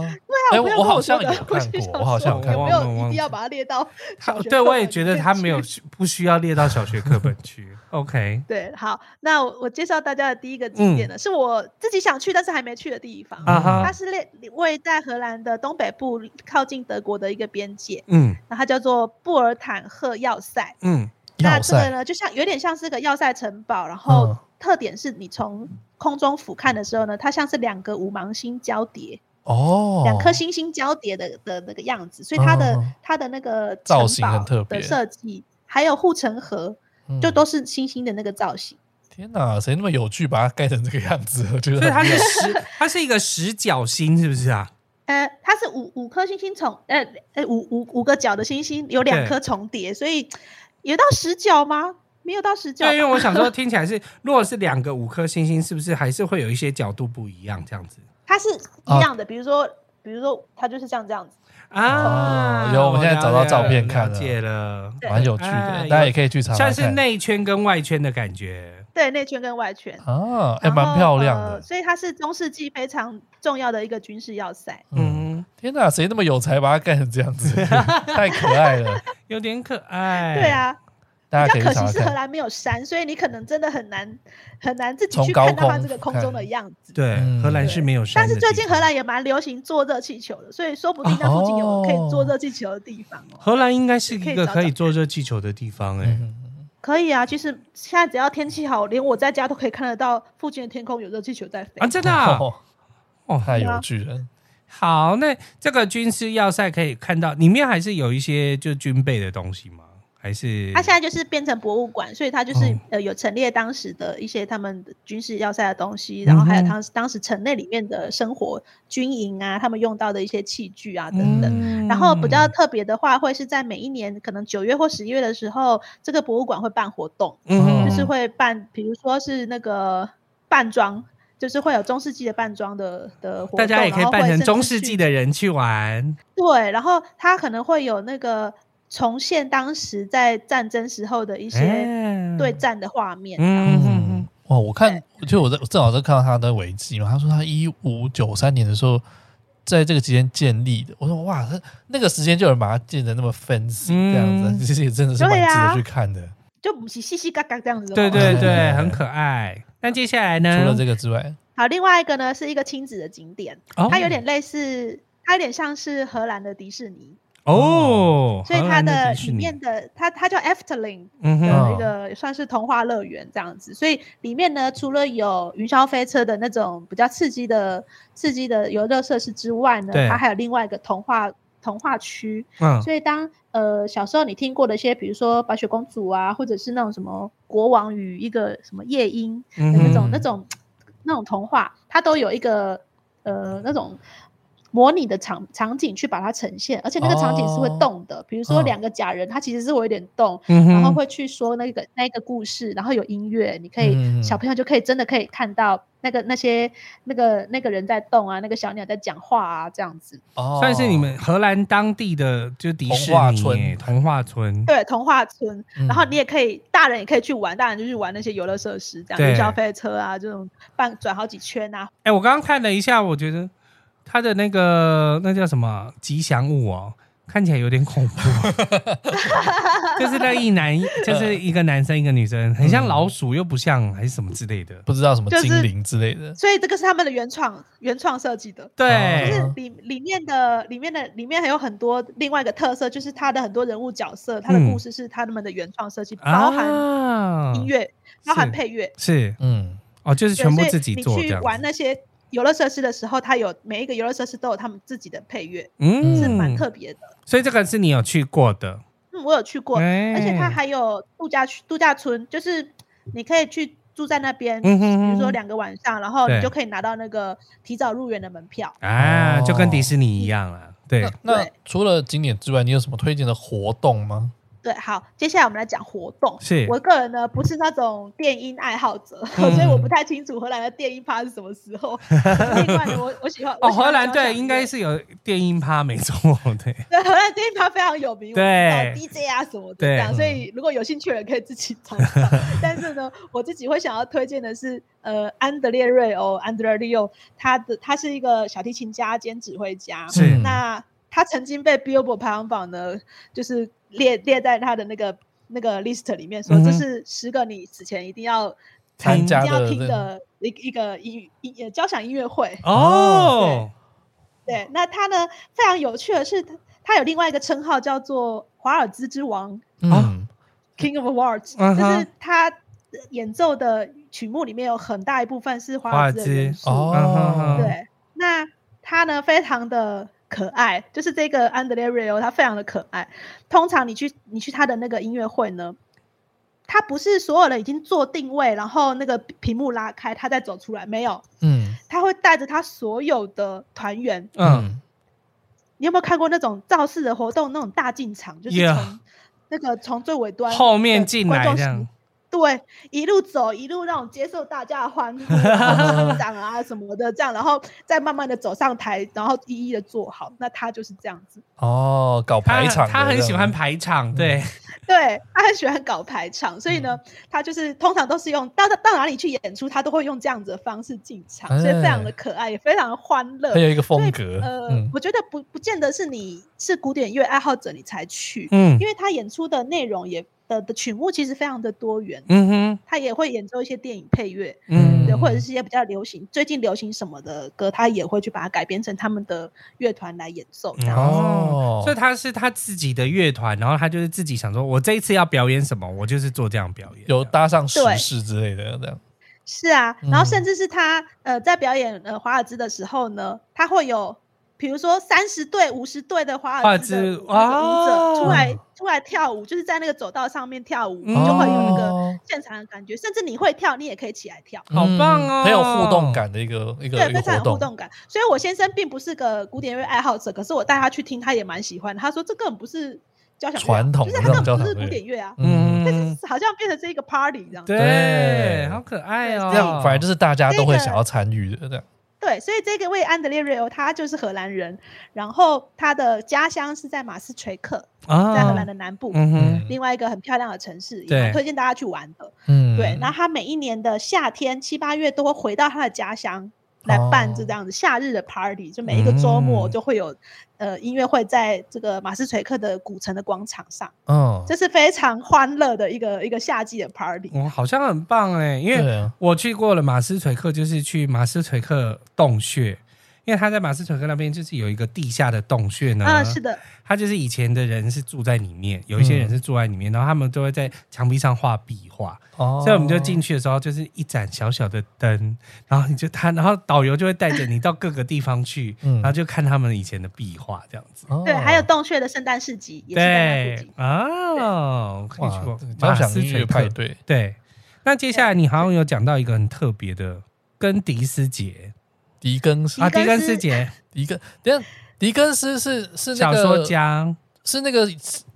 S3: 哎
S5: 对啊，我朋友
S3: 我
S5: 跟
S3: 好
S5: 说
S3: 像
S5: 的
S3: 有
S5: [laughs] 我
S3: 看
S5: 就
S3: 过
S5: 想
S3: 我好像有
S5: 说
S3: 看
S5: 有
S4: 过
S5: 没
S4: 忘了忘
S5: 有一定
S4: 了
S5: 要把它列到 [laughs]
S4: 他
S5: 小学
S4: 哦对
S5: 课
S4: 我也
S5: 本
S4: 觉
S5: 里
S4: 得
S5: 面
S4: 他没
S5: [laughs]
S4: 有
S5: 去
S4: 需不需要列到小学课本去。OK，
S5: 对，好，那我我介绍大家的第一个景点呢，是我自己想去但是还没去的地方。
S4: 啊
S5: 它
S4: 哈，
S5: 是列位在荷兰的东北部，靠近德国的一个边界，
S4: 嗯
S5: 那它叫做布尔坦赫要塞。
S4: 嗯，
S5: 那
S3: 要
S5: 这个
S3: 塞，
S5: 呢，就像有点像是个要塞城堡，然后
S3: 嗯
S5: 特点是你从空中俯瞰的时候呢，它像是两个五芒星交叠，
S3: 哦，
S5: 两颗星星交叠的的那个样子，所以它的、
S3: 嗯
S5: 它的那个
S3: 造
S5: 城
S3: 型很
S5: 堡
S3: 特别
S5: 的设计，还有护城河，
S3: 嗯
S5: 就都是星星的那个造型。
S3: 天哪，谁那么有趣把它盖成这个样子？我觉得
S4: 所以它
S3: 很
S4: 是十，它是一个十角星，是不是啊？
S5: 呃，它是五五颗星星重，呃呃五五五个角的星星有两
S4: 对
S5: 颗重叠，所以有到十角吗？没有到十角吧，
S4: 对，因为我想说，听起来是，如果是两个五颗星星，是不是还是会有一些角度不一样这样子
S5: 它是一
S3: 啊
S5: 样的，比如说比如说它就是像这样子，
S4: 啊？
S3: 哦有我现在
S4: 了
S3: 找到
S4: 解
S3: 照片
S4: 了
S3: 看
S4: 了
S3: 了
S4: 解了，
S5: 对
S3: 蛮有趣
S4: 哎
S3: 的，大家也可以去查查看。
S4: 算是内圈跟外圈的感觉。
S5: 对，内圈跟外圈。
S3: 啊，哎，
S5: 然
S3: 蛮
S5: 后
S3: 漂亮
S5: 呃
S3: 的。
S5: 所以它是中世纪非常重要的一个军事要塞。
S3: 嗯，
S4: 嗯，
S3: 天哪，谁那么有才把它盖成这样子？ [laughs] 太可爱了，
S4: 有点可
S3: 哎
S4: 爱。
S5: 对，啊，
S3: 大家
S5: 比较
S3: 可以
S5: 可
S3: 去
S5: 惜
S3: 查查
S5: 是荷
S3: [laughs] 看。哦
S5: 兰没有山，所以你可能真的很难很难自己
S3: 从
S5: 去
S3: 高
S5: 看到它
S3: 空
S5: 这个空
S3: 看
S5: 中的样子。
S4: 对，
S3: 嗯
S4: 荷兰是没有山
S5: 但
S4: 的
S5: 是
S4: 地方。
S5: 最近荷兰也蛮流行坐热气球的，所以说不定那附近有可以坐
S3: 哦
S5: 热气球的地方哦。
S4: 荷兰应该是一
S5: 可以
S4: 个
S5: 找
S4: 可以
S5: 找
S4: 做热气球的地方哎、
S3: 嗯
S5: 可以啊，其实现在只要天气好，连我在家都可以看得到附近的天空有热气球在飞。
S4: 啊，真的、
S3: [laughs]
S4: 啊、
S3: 哦
S4: 哦
S3: 太
S5: 对
S3: 有
S5: 啊
S3: 趣了。
S4: 好，那这个军事要塞可以看到里面还是有一些就军备的东西吗？还是
S5: 它现在就是变成博物馆，所以它就是、
S4: 嗯
S5: 呃有陈列当时的一些他们的军事要塞的东西，然后
S4: 嗯
S5: 还有
S4: 哼
S5: 当时当时城内里面的生活、军营啊，他们用到的一些器具啊等等。
S4: 嗯
S5: 然后比较特别的话，会是在每一年可能九月或十一月的时候，这个博物馆会办活动，
S4: 嗯
S5: 就是会办，比如说是那个扮装，就是会有中世纪的扮装的的活动，
S4: 大家也可以
S5: 然后会
S4: 扮成
S5: 甚至
S4: 中世纪
S5: 去
S4: 的人去玩，
S5: 对，然后它可能会有那个重现当时在战争时候的一些
S4: 哎
S5: 对，战的画面。
S4: 嗯嗯嗯
S3: 嗯，哇，我看，就我在我正好在看到他的维基嘛，他说他一五九三年的时候。在这个期间建立的，我说哇，他那个时间就有人把它建的那么 fancy 这样子，
S4: 嗯
S3: [laughs] 其实也真的是蛮
S5: 对啊
S3: 值得去看的。
S5: 就不是细细嘎嘎这样子哦。
S4: 对对对，
S3: 嗯
S4: 很可爱。那接下来
S3: 除
S4: 呢？
S3: 了这个之
S4: 嗯
S3: 外，
S5: 好，另外一个呢是一个亲子的景点，
S4: 哦
S5: 它有点类似，它有点像是荷兰的迪士尼，
S4: 哦，
S5: 所以
S4: 荷
S5: 它
S4: 兰
S5: 的
S4: 迪士
S5: 里
S4: 尼
S5: 面的它它叫 Efteling
S4: 嗯
S5: 的
S4: 哼
S5: 那个也算是童话乐园这样子，所以里面呢除了有云霄飞车的那种比较刺激的刺激的游乐设施之外呢
S4: 对，
S5: 它还有另外一个童话童话区，
S4: 嗯
S5: 所以当呃小时候你听过的一些，比如说白雪公主啊，或者是那种什么国王与一个什么夜莺的那种、
S3: 嗯
S5: 那种那种童话，它都有一个呃那种模拟的场场景去把它呈现，而且那个场景是会
S3: 哦
S5: 动的，比如说
S3: 嗯
S5: 两个假人，它其实是会有点动。
S4: 嗯
S5: 然后
S4: 哼，
S5: 会去说那个那个故事，然后有音乐，你可以、
S3: 嗯
S5: 小朋友就可以真的可以看到那个那些那个那个人在动啊，那个小鸟在讲话啊，这样子。
S3: 哦，
S4: 算是你们荷兰当地的就迪士
S3: 童话
S4: 尼
S3: 村
S4: 耶童话村，
S5: 对，童话村，
S3: 嗯，
S5: 然后你也可以，大人也可以去玩，大人就去玩那些游乐设施，这
S4: 对
S5: 样云霄飞车啊，这种半转好几圈啊，
S4: 哎、我刚刚看了一下，我觉得它的那个那叫什么吉祥物哦，看起来有点恐怖，哦
S5: [laughs]
S4: 就是那一男就是一个男生一个女生，很像老鼠又不像，还是什么之类的。
S3: 不知道什么
S5: 就是
S3: 精灵之类的，
S5: 所以这个是他们的原创原创设计的。就
S4: 对，
S5: 是
S3: 嗯
S5: 里里面的里面的里面还有很多另外一个特色，就是它的很多人物角色，它的
S4: 嗯
S5: 故事是他们的原创设计，
S4: 啊
S5: 包含
S4: 含
S5: 音乐，包含
S4: 是
S5: 配乐，
S4: 是
S3: 嗯，
S4: 哦，就是
S5: 对
S4: 全部
S5: 所以
S4: 自己做这
S5: 你去
S4: 样
S5: 玩
S4: 子，
S5: 那些游乐设施的时候，它有每一个游乐设施都有他们自己的配乐，
S4: 嗯
S5: 是蛮特别的。
S4: 所以这个是你有去过的，
S5: 嗯，我有去过，
S4: 而
S5: 而且它还有度假区、度假村，就是你可以去住在那边，
S4: 嗯哼
S5: 比如
S4: 哼
S5: 说两个晚上，然后
S4: 对
S5: 你就可以拿到那个提早入园的门票。
S4: 啊，
S3: 哦
S4: 就跟迪士尼一样啦，对
S3: 那，那
S5: 对
S3: 除了景点之外，你有什么推荐的活动吗？
S5: 对，好，接下来我们来讲活动。
S4: 是
S5: 我个人呢不是那种电音爱好者，
S4: 嗯
S5: 所以我不太清楚荷兰的电音趴是什么时候。另外呢，我我喜欢
S4: 哦，荷兰对，
S5: 队
S4: 应该是有电音趴，没错，对，
S5: [laughs] 对荷兰电音趴非常有名，我知道
S4: 对
S5: DJ 啊什么的
S4: 对嗯
S5: 这样，所以如果有兴趣的人可以自己找
S4: [laughs]
S5: 找。但是呢，我自己会想要推荐的是，呃，安德烈瑞欧 （Andrea Rio），他的他是一个小提琴家兼指挥家。
S4: 是
S5: 那他曾经被 Billboard 排行榜呢，就是列列在他的那个那个 list 里面，说
S4: 嗯
S5: 这
S4: 哼
S5: 是十个你死前一定要
S3: 参加
S5: 一定要
S3: 的
S5: 听
S3: 那
S5: 的一一个音音呃交响音乐会。
S4: 哦，
S5: 对，那他呢非常有趣的是，他他有另外一个称号叫做华尔兹之王。 [laughs]
S3: 嗯，
S5: King of Wards，
S4: 嗯
S5: 就
S4: 哼
S5: 是他演奏的曲目里面有很大一部分是华
S4: 华尔
S5: 尔兹的元
S4: 兹
S5: 素。
S3: 哦，，
S5: 对，那他呢非常的可爱，就是这个安德烈瑞欧他非常的可爱。通常你去你去他的那个音乐会呢，他不是所有人已经做定位，然后那个屏幕拉开，他再走出来，没有，
S3: 嗯
S5: 他会带着他所有的团员。
S4: 嗯，
S5: 你有没有看过那种造势的活动，那种大进场，就是
S4: Yeah
S5: 从那个从最尾端
S4: 后面
S5: 的
S4: 进
S5: 观
S4: 来
S5: 众
S4: 这
S5: 席
S4: 样，
S5: 对，一路走，一路那种接受大家的欢呼、鼓掌啊什么的，这样，然后再慢慢的走上台，然后一一的做好。那他就是这样子，
S3: 哦，搞排场的
S4: 他很
S3: 这样嗯
S4: 喜欢排场，对，
S5: 对他很喜欢搞排场，所以呢，他就是通常都是用到到哪里去演出，他都会用这样子的方式进场，所以非常的
S3: 哎
S5: 可爱，也非常的欢乐
S3: 很。有一个
S5: 所
S3: 风
S5: 以
S3: 格，
S5: 呃，
S3: 嗯
S5: 我觉得不不见得是你是古典乐爱好者你才去，
S4: 嗯
S5: 因为他演出的内容也呃的的曲目其实非常的多元，
S4: 嗯哼，
S5: 他也会演奏一些电影配乐，
S4: 嗯
S5: 对，或者
S3: 嗯
S5: 是一些比较流行、最近流行什么的歌，他也会去把它改编成他们的乐团来演奏。
S4: 嗯
S5: 这样子
S3: 哦
S4: 所以他是他自己的乐团，然后他就是自己想说，我这一次要表演什么，我就是做这样表演。
S3: 有搭上时
S5: 对
S3: 事之类的这样，
S5: 是啊，然后
S3: 嗯
S5: 甚至是他、呃在表演呃华尔兹的时候呢，他会有比如说三十对、五十对的华
S4: 华尔
S5: 尔兹的
S4: 兹
S5: 舞那个舞者
S4: 哦
S5: 出来出来跳舞，就是在那个走道上面跳舞，
S4: 嗯
S5: 就会有一个
S3: 哦
S5: 现场的感觉。甚至你会跳，你也可以起来跳。
S4: 好棒哦
S3: 嗯很有互动感的一个一个
S5: 对，
S3: 一
S5: 非
S3: 个
S5: 常
S3: 活
S5: 有互
S3: 动，
S5: 动感。所以我先生并不是个古典乐爱好者，可是我带他去听，他也蛮喜欢的。他说这根本不是交响乐啊
S3: 传统的
S5: 就是
S3: 那
S5: 他
S3: 种
S5: 根本
S3: 交
S5: 不是
S3: 响乐
S5: 古典乐啊，
S3: 嗯，
S4: 嗯，
S5: 好像变成是一个 party 这样。
S4: [laughs] 对，好可爱哦。
S3: 这样反而就是大家都会
S5: 这个
S3: 想要参与的这样，
S5: 对，所以这个位安德烈瑞欧他就是荷兰人，然后他的家乡是在马斯垂克，
S4: 啊
S5: 在荷兰的南部。
S4: 嗯哼，
S5: 另外一个很漂亮的城市，
S4: 对
S5: 也蛮推荐大家去玩的。
S3: 嗯
S5: 对，那他每一年的夏天七八月都会回到他的家乡来办
S3: 哦
S5: 这这样子夏日的 party，、就每一个周末
S4: 嗯
S5: 就会有、呃音乐会在这个马斯垂克的古城的广场上，
S3: 嗯，
S5: 这是非常欢乐的一个一个夏季的 party。
S4: 我好像很棒哎，因为
S3: 对啊，
S4: 我去过了马斯垂克，就是去马斯垂克洞穴。因为他在马斯垂克那边就是有一个地下的洞穴呢，
S5: 啊、是的，
S4: 他就是以前的人是住在里面，有一些人是住在里面，然后他们都会在墙壁上画壁画，
S3: 哦
S4: 所以我们就进去的时候就是一盏小小的灯，然后你就他，然后导游就会带着你到各个地方去，
S3: [laughs] 嗯
S4: 然后就看他们以前的壁画这样子。
S3: 哦
S5: 对，还有洞穴的圣诞市集也是在
S4: 对
S5: 那附近。
S4: 哦，可以去过
S3: 哇，交响音乐派
S4: 对
S3: 对，
S4: 对。那接下来你好像有讲到一个很特别的，跟迪斯杰
S3: 狄更斯
S4: 啊，
S5: 狄
S4: 狄
S5: 更
S4: 更
S5: 斯
S4: 斯杰
S3: 狄更，等一下狄更斯是是那
S4: 小
S3: 个
S4: 说家，
S3: 是那个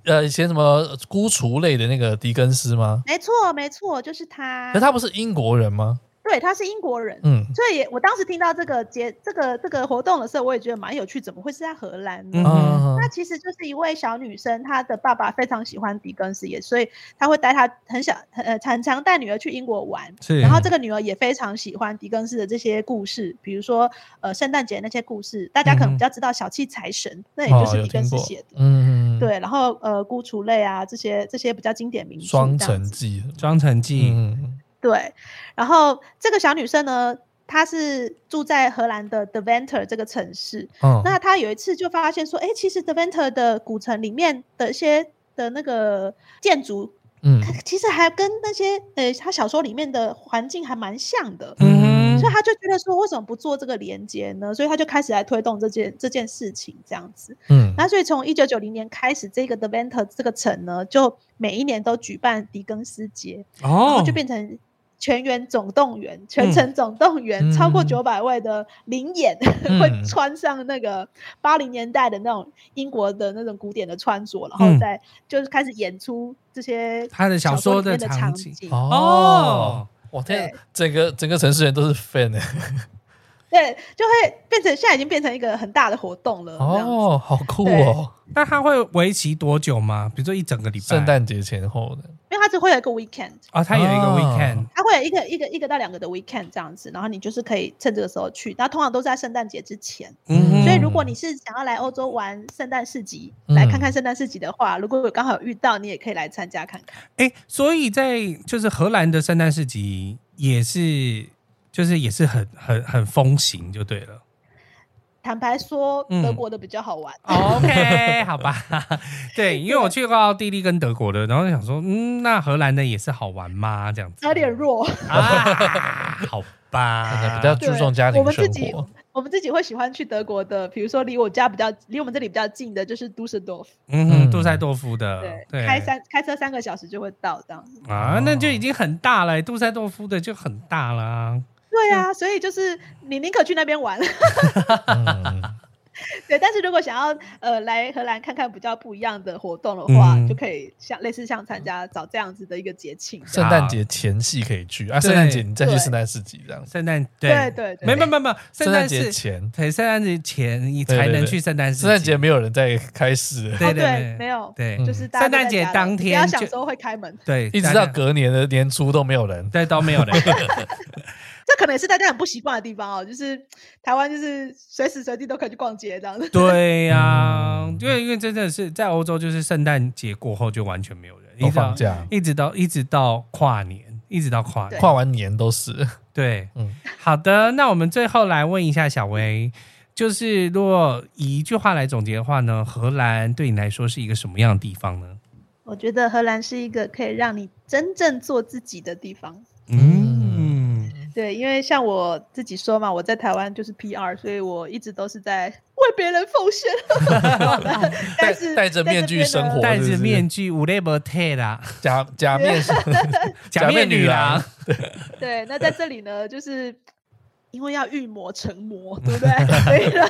S3: 呃以前什么孤雏类的那个狄更斯吗？
S5: 没错，没错，就是他
S3: 可。他不是英国人吗？
S5: 对，他是英国人，
S3: 嗯，
S5: 所以也我当时听到这个节这个这个活动的时候，我也觉得蛮有趣，怎么会是在荷兰呢？
S4: 嗯
S3: 啊
S5: 那其实就是一位小女生，她的爸爸非常喜欢狄更斯也，所以他会带她很小呃常常带女儿去英国玩。
S4: 是
S5: 然后这个女儿也非常喜欢狄更斯的这些故事，比如说呃圣诞节那些故事，大家可
S4: 嗯
S5: 能
S4: 哼
S5: 比较知道小气财神，那也就
S3: 哦，
S5: 是
S3: 有
S5: 狄更
S3: 听
S5: 斯
S3: 过
S5: 写的。
S3: 嗯，嗯，嗯
S5: 对，然后呃孤雏类啊这些这些比较经典名著这
S3: 双
S5: 样
S3: 城
S5: 子
S3: 记，
S4: 庄成记，
S3: 嗯，
S5: 对，然后这个小女生呢，她是住在荷兰的 Deventer 这个城市，
S3: 嗯
S5: 那他有一次就发现说，哎、其实 Deventer 的古城里面的一些的那个建筑，
S3: 嗯
S5: 其实还跟那些呃他小说里面的环境还蛮像的。
S4: 嗯
S5: 所
S4: 哼
S5: 以他就觉得说，为什么不做这个连接呢？所以他就开始来推动这件这件事情，这样子。
S3: 嗯，
S5: 那所以从一九九零年开始，这个 Deventer 这个城呢，就每一年都举办狄更斯节，然后
S4: 哦嗯
S5: 就，变成全员总动员，全城总动员，超过
S3: 嗯
S5: 九百位的灵眼、
S3: 嗯
S5: [laughs] 会穿上那个八零年代的那种英国的那种古典的穿着，然后
S4: 嗯
S5: 再、就是开始演出这些
S4: 他的小说
S5: 里
S4: 的
S5: 面的
S4: 场
S5: 场
S4: 景
S3: 哦
S4: 哦，
S3: 我天啊
S5: 对，
S3: 整个整个城市人都是 fan 哎，
S5: 对，就会变成现在已经变成一个很大的活动了。 [laughs] 这样子，
S3: 哦，好酷哦，
S4: 那他会为期多久吗？比如说一整个礼拜？
S3: 圣诞节前后 [laughs] 的，
S5: 因为它只会有一个 weekend。
S4: 哦，他有一个
S3: 哦
S4: weekend，
S5: 它会有一个一个一个到两个的 weekend 这样子，然后你就是可以趁这个时候去，那通常都是在圣诞节之前。
S4: 嗯哼，
S5: 所以，如果你是想要来欧洲玩圣诞市集，
S3: 嗯
S5: 来看看圣诞市集的话，如果有刚好有遇到，你也可以来参加看看。
S4: 哎，所以在就是荷兰的圣诞市集也是，就是也是很很很风行就对了。
S5: 坦白说，
S4: 嗯
S5: 德国的比较好玩。
S3: 哦
S4: [laughs] OK，好吧，对，因为我去过奥地利跟德国的，然后想说，嗯，那荷兰的也是好玩吗？这样子
S5: 有点弱，
S3: [laughs]
S4: 啊，好
S3: 可能
S4: 吧，
S3: 比较哦注重家
S5: 对我
S3: 庭
S5: 们
S3: 生
S5: 自己
S3: 活。
S5: 我们自己会喜欢去德国的，比如说离我家比较，离我们这里比较近的就是都市多夫，
S4: 嗯
S3: 嗯
S4: 哼，杜塞多夫的，
S5: 对，
S4: 对，
S5: 开三开车三个小时就会到这样子。
S4: 啊，那就已经很大了，杜塞多夫的就很大了啊，
S5: 对啊，所以就是你宁可去那边玩，
S3: [laughs] 嗯，
S5: 对。但是如果想要呃来荷兰看看比较不一样的活动的话，
S4: 嗯
S5: 就可以像类似像参加找这样子的一个节庆这样。
S3: 圣诞节前夕可以去啊，圣诞节你再去圣诞市集这样子，
S4: 圣诞
S5: 对对对，
S4: 没没没没，圣
S3: 圣诞
S4: 诞
S3: 节
S4: 是
S3: 前，
S4: 对，圣诞节前你
S3: 对对
S4: 才能
S3: 对
S4: 去圣诞市集
S3: 圣诞节，没有人在开市了，
S4: 对
S5: 哦对
S4: 对，
S5: 没有
S4: 对，嗯
S5: 就是大家
S4: 圣
S5: 都在
S4: 诞节
S5: 家了
S4: 当
S5: 你
S4: 天
S5: 不要
S4: 就
S5: 想说会开门，
S4: 对，
S3: 一直
S4: 大
S3: 到
S4: 家
S3: 隔年的年初都没有人。
S4: 对都没
S3: [laughs]
S4: 有人，
S5: 这可能也是大家很不习惯的地方哦，就是台湾就是随时随地都可以去逛街这样 [laughs] 子。
S4: 对呀、
S3: 嗯
S4: 因为因为真的是在欧洲，就是圣诞节过后就完全没有人，一
S3: 都
S4: 直到
S3: 放假，
S4: 一直到一直到跨年，一直到跨年。
S5: 对
S3: 跨完年都是，
S4: 对，
S3: 嗯
S4: 好的，那我们最后来问一下小薇，就是如果以一句话来总结的话呢，荷兰对你来说是一个什么样的地方呢？
S5: 我觉得荷兰是一个可以让你真正做自己的地方。
S4: 嗯，
S5: 对，因为像我自己说嘛，我在台湾就是 PR，所以我一直都是在为别人奉
S4: [laughs]
S5: [laughs] 献。但
S3: 戴戴着
S5: 是在这
S3: 面具
S5: 边呢
S3: 生活
S4: 戴
S3: 是
S4: 着
S3: 不是
S4: 面具，无泪不退啦，
S3: 假假面
S5: [laughs]
S3: 是
S4: 假面女郎，
S5: 对，那在这里呢，就是因为要预磨成魔，对不对？
S4: [laughs]
S5: 所以呢，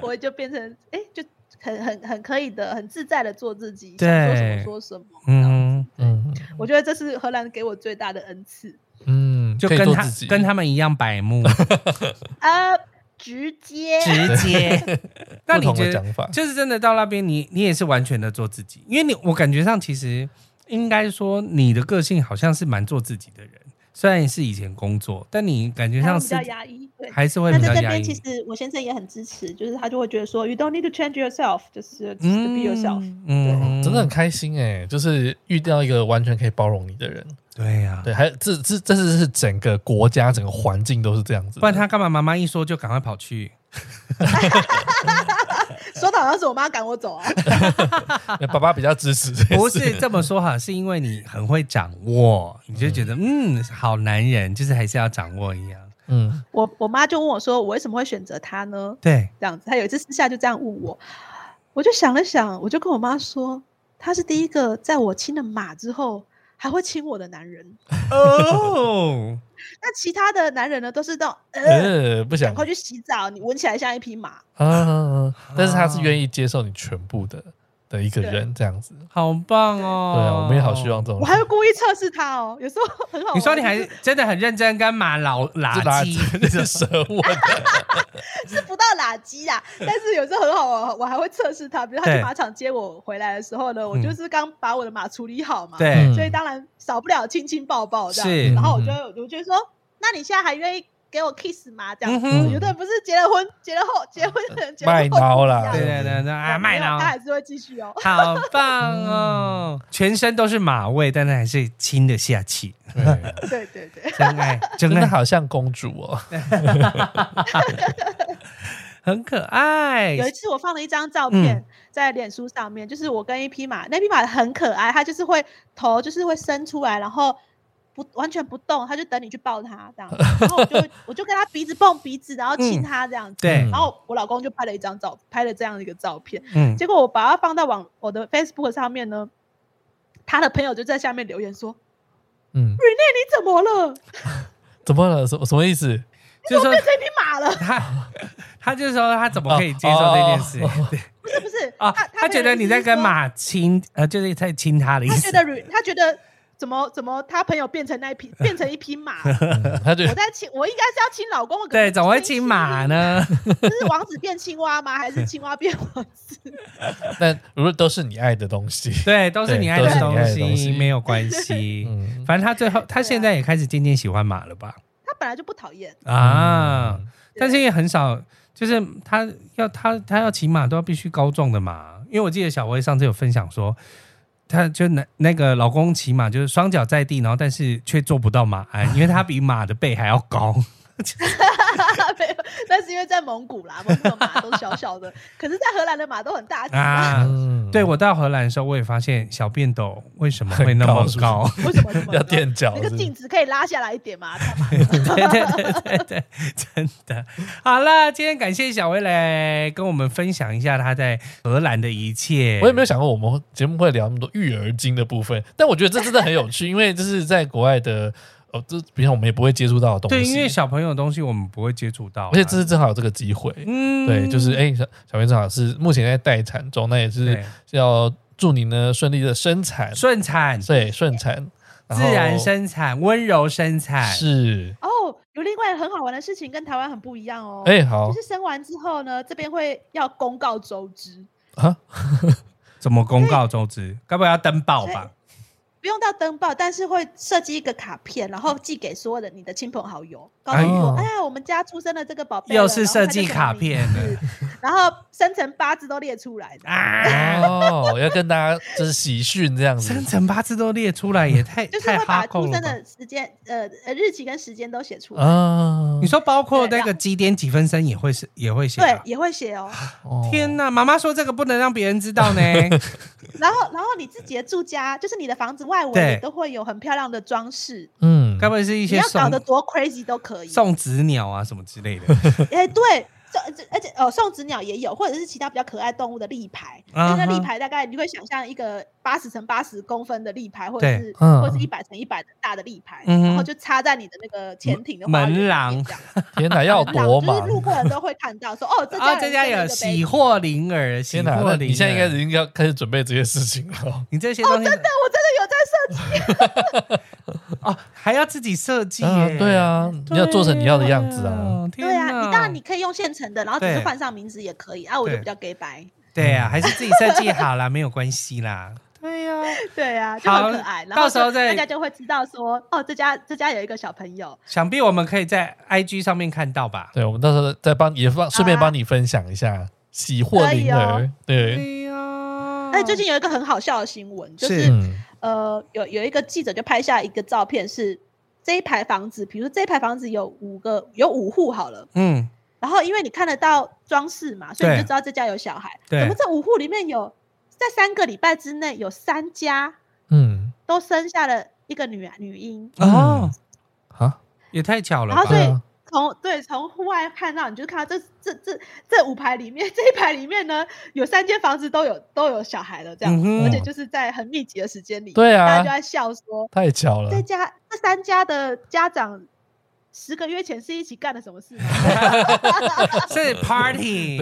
S5: 我就变成哎、就很很很可以的，很自在的做自己，想说什
S4: 对
S5: 么说什么。嗯，
S4: 嗯，
S3: 嗯
S5: 我觉得这是荷兰给我最大的恩赐。
S3: 嗯，
S4: 就
S3: 可以
S4: 跟
S3: 做
S4: 他
S3: 自己，
S4: 跟他们一样白
S3: [laughs]
S4: 目，
S5: 啊，直接
S4: 直接。 [laughs] 那
S3: 不
S4: 你
S3: 同
S4: 觉
S3: 的
S4: 得
S3: 讲法，
S4: 就是真的到那边你，你也是完全的做自己，因为你我感觉上其实应该说你的个性好像是蛮做自己的人，虽然你是以前工作，但你感觉
S5: 然后
S4: 上
S5: 比
S4: 是
S5: 较压抑，对。
S4: 还是会
S5: 那
S4: 比较
S5: 在这
S4: 压
S5: 边，其
S4: 抑
S5: 实。我先生也很支持，就是他就会觉得说，you don't need to change yourself，就是就是 be yourself。
S4: 嗯
S3: 真的很开心哎、就是遇到一个完全可以包容你的人，
S4: 对啊呀、
S3: 对，还有这这这是是整个国家整个环境都是这样子的，
S4: 不然他干嘛？妈妈一说就赶快
S3: [laughs]
S4: 跑去，
S5: 说的好像是我妈赶我
S4: [laughs]
S5: 走啊，
S3: 那 [laughs] 爸爸比较支持这件事，
S4: 不是这么说哈，是因为你很会掌握，你就觉得嗯，好男人就是还是要掌握一样。
S3: 嗯，
S5: 我我妈就问我说，我为什么会选择他呢？
S4: 对，
S5: 这样子，她有一次私下就这样问我，我就想了想，我就跟我妈说，他是第一个在我亲了马之后还会亲我的男人。
S4: 哦，
S5: 那其他的男人呢，都是那种呃，
S4: 嗯
S3: 呃，不想
S5: 赶快去洗澡，你闻起来像一匹马。
S4: 哦
S3: 啊，但是他是愿意接受你全部的的一个
S5: 对
S3: 人这样子，
S4: 好棒哦！
S3: 对啊，我们也好希望这种
S5: 我还会故意测试他哦，有时候很好玩。
S4: 你说你
S5: 就是
S4: 还真的很认真跟马
S3: [laughs]
S4: 老
S3: 这
S4: 垃
S3: 垃
S4: 圾，
S3: 圾，这是神我的，
S5: 是不到垃圾啦，但是有时候很好玩，我还会测试它。比如他
S4: 对嗯
S5: 去马场接我回来的时候呢，我就是刚把我的马处理好
S4: [laughs]
S5: 嘛，
S4: 对，
S5: 所以当然少不了亲亲抱抱这
S4: 嗯
S5: 样。
S4: 是嗯
S5: 然后我就会我就会说，那你现在还愿意给我 kiss 吗？这样子，
S4: 嗯哼
S5: 有的人不是结了婚，结了后结婚的人结了
S3: 卖孬啦
S5: 啦，
S4: 对对对对啊，麦
S5: 他
S4: 脑
S5: 还是会继
S4: [laughs]
S5: 续哦。
S4: 好棒哦，全身都是马味，但是还是亲得下去，
S3: 对
S5: 对对对，
S4: 真
S3: [laughs]
S4: 爱，真
S3: 真
S4: 爱
S3: 的，好像公主哦，
S4: 很可爱
S5: 有一次我放了一张照
S4: 嗯
S5: 片在脸书上面，就是我跟一匹马，那匹马很可爱，它就是会头就是会伸出来，然后不完全不动，它就等你去抱它这样。然后我
S4: [laughs]
S5: 就我就跟它鼻子碰鼻子，然后亲
S4: 嗯
S5: 它这样子。
S4: 对
S5: 然后我老公就拍了一张照，拍了这样的一个照片。
S4: 嗯，
S5: 结果我把它放到网我的 Facebook 上面呢，他的朋友就在下面留言说
S3: 嗯，：“
S5: 你怎么了？
S3: [laughs] 怎么了？什么什么意思？
S4: 就是说
S5: 变成一匹马了
S4: 他，他就说他怎么可以接受这
S3: 哦
S4: 件事？对？”
S5: 不是不是
S4: 啊，
S5: 他
S4: 他觉得你在跟
S5: 马。
S4: 马亲，呃，就是在亲他的意
S5: 他
S4: 思
S5: 觉。得 re- 他觉得怎么怎么他朋友变成那一匹变成一
S4: [laughs]
S5: 匹马，我
S3: 嗯他就
S5: 在亲我应该是要亲老公，我可
S4: 对，
S5: 能
S4: 怎么会亲马？呢？
S5: 这是王子变青蛙吗？还是青蛙变王子？ [laughs]
S3: 但如果都是你爱的东西，
S4: 对，都是
S3: 对
S4: 你爱
S3: 都是
S4: 的
S3: 你爱的
S4: 东
S3: 东
S4: 西，
S3: 西
S4: 没有关
S3: [laughs]
S4: 系。
S3: 嗯
S4: 反正他最后，他
S5: 对啊
S4: 现在也开始渐渐喜欢马了吧？
S5: 他本来就不讨厌，
S4: [laughs]
S5: [laughs]
S4: 啊，
S3: 嗯
S4: 但是也很少，就是他要他他要骑马都要必须高壮的马，因为我记得小薇上次有分享说，她就那那个老公骑马就是双脚在地，然后但是却做不到马鞍，因为他比马的背还要高，
S5: 没有，那是因为在蒙古啦，蒙古的马都小小的，可是，在荷兰的马都很大只啊。
S4: 啊。
S3: 嗯
S4: 对，我到荷兰的时候，我也发现小便斗为什么会那么
S3: 很 [laughs] 高
S4: 高？
S5: 为什么这么高
S3: 要垫脚
S5: 那个
S3: 是不是
S5: 镜子可以拉下来一点嘛？他妈
S4: [laughs] 对对对对对，真的。好了，今天感谢小薇来跟我们分享一下她在荷兰的一切。
S3: 我也没有想过我们节目会聊那么多育儿经的部分，但我觉得这真的很有趣，因为这是在国外的，哦，这平常我们也不会接触到的东
S4: 对，
S3: 西，
S4: 因为小朋友的东西我们不会接触到啊、
S3: 而且这是正好有这个机会，
S4: 嗯
S3: 对，就是哎、小小明正好是目前在待产中，那也是
S4: 对
S3: 要祝你呢顺利的生产，
S4: 顺产、
S3: 对，顺产，
S4: 自然生产、温柔生
S3: 产
S4: 产。
S3: 是，
S5: 哦，有另外很好玩的事情，跟台湾很不一样哦。
S3: 哎、好
S5: 就是生完之后呢，这边会要公告周知，
S3: 啊，
S4: 怎么公告周知？该不会要登报吧？
S5: 不用到登报，但是会设计一个卡片，然后寄给所有的你的亲朋好友，告诉你说，
S3: 哎
S5: 哎呀，我们家出生了这个宝贝了，
S4: 又是设计卡片
S5: 然后他就什么名字， [laughs] 然后生辰八字都列出
S4: [laughs]
S5: 来的，
S4: 啊！
S3: 哦，要跟大家就是喜讯这样子，
S4: 生辰八字都列出来，也太
S5: [laughs] 就是
S4: 太
S5: 会
S4: 哈
S5: 把
S4: 扣
S5: 出
S4: 了
S5: 生
S4: 吧。哦
S5: 的时间，呃呃，日期跟时间都写出来，
S3: 啊，
S4: 你说包括
S5: 对
S4: 那个
S5: 让
S4: 几点几分生也会是也会写啊
S5: 对
S4: 吧，？
S5: 也会写哦。
S3: 哦
S4: 天哪，妈妈说这个不能让别人知道
S3: [laughs]
S4: 呢。
S5: 然后，然后你自己的住家，就是你的房子外
S4: 对
S5: 围，你都会有很漂亮的装饰，
S3: 嗯
S4: 该，不会是一
S5: 你
S4: 些
S5: 要搞
S4: 送
S5: 得多 crazy 都可以。
S4: 送子鸟啊什么之 [laughs] 类的？
S5: 哎、对，送而且哦，送子鸟也有，或者是其他比较可爱动物的立牌。
S4: 啊
S5: 那、那立
S4: 哈
S5: 牌大概你会想象一个八十乘八十公分的立牌，或者
S4: 对
S5: 是、
S3: 嗯
S5: 或者是一百乘一百的大的立牌，
S4: 嗯
S5: 然后
S4: 哼
S5: 就插在你的那个潜艇的
S4: 门
S5: 花园里面
S4: 廊
S5: 这样
S3: 天哪，要
S5: 门
S3: 多
S5: 就
S3: 忙
S5: 是。路过的人都会看到，
S4: [laughs]
S5: 说哦，这家
S4: 啊，
S5: 人
S4: 这家
S5: 生了
S4: 有
S5: 一个
S4: 喜
S5: baby
S4: 获麟儿，喜
S3: 天哪，那
S4: 获麟儿。
S3: 你现在应该应该开始准备这些事情
S4: [laughs]
S3: 了。
S4: 你这些东西
S5: 但我哦真的有在设计，
S4: 哦，还要自己设计
S3: 啊，
S4: 耶？
S3: 对啊，你要做成你要的样子啊。
S4: 对！
S5: 对
S4: 天
S5: 啊，
S4: 哪
S5: 你当然你可以用现成的，然后只是
S4: 对
S5: 换上名字也可以啊，我就
S4: 对
S5: 比较 gay 白，
S4: 对啊，还是自己设计好啦，没有关系啦。对呀，
S5: 对啊，就
S4: 好
S5: 很可爱，然
S4: 到
S5: 后
S4: 时候
S5: 就
S4: 再嗯
S5: 大家就会知道说哦，这家这家有一个小朋友，
S4: 想必我们可以在 IG 上面看到吧？
S3: 对，我们到时候再帮也帮顺便
S5: 啊
S3: 帮你分享一下喜获麟
S5: 可以
S3: 儿。对，
S4: 对呀，
S5: 哎，最近有一个很好笑的新闻，就是是
S3: 嗯，
S5: 呃，有有一个记者就拍下一个照片是，这一排房子，比如说这一排房子有五个有五户好了，
S4: 嗯，
S5: 然后因为你看得到装饰嘛，所以你
S4: 对
S5: 就知道这家有小孩。
S4: 对
S5: 怎么这五户里面有在三个礼拜之内有三家
S3: 嗯，
S5: 都生下了一个女女婴？
S4: 哦，
S3: 啊，
S4: 也太巧了
S5: 然后所
S4: 吧？
S5: 以
S3: 嗯
S5: 从对从户外看到，你就看到这这这这五排里面，这一排里面呢，有三间房子都有都有小孩了，这样子，
S4: 嗯哼 [laughs]
S5: 而且就是在很密集的时间里，
S3: 对啊
S5: 大家就在笑说，
S3: 太巧了
S5: 这。家这三家的家长十个月前是一起干了什么事
S3: [laughs]
S5: 吗？
S4: 是 party，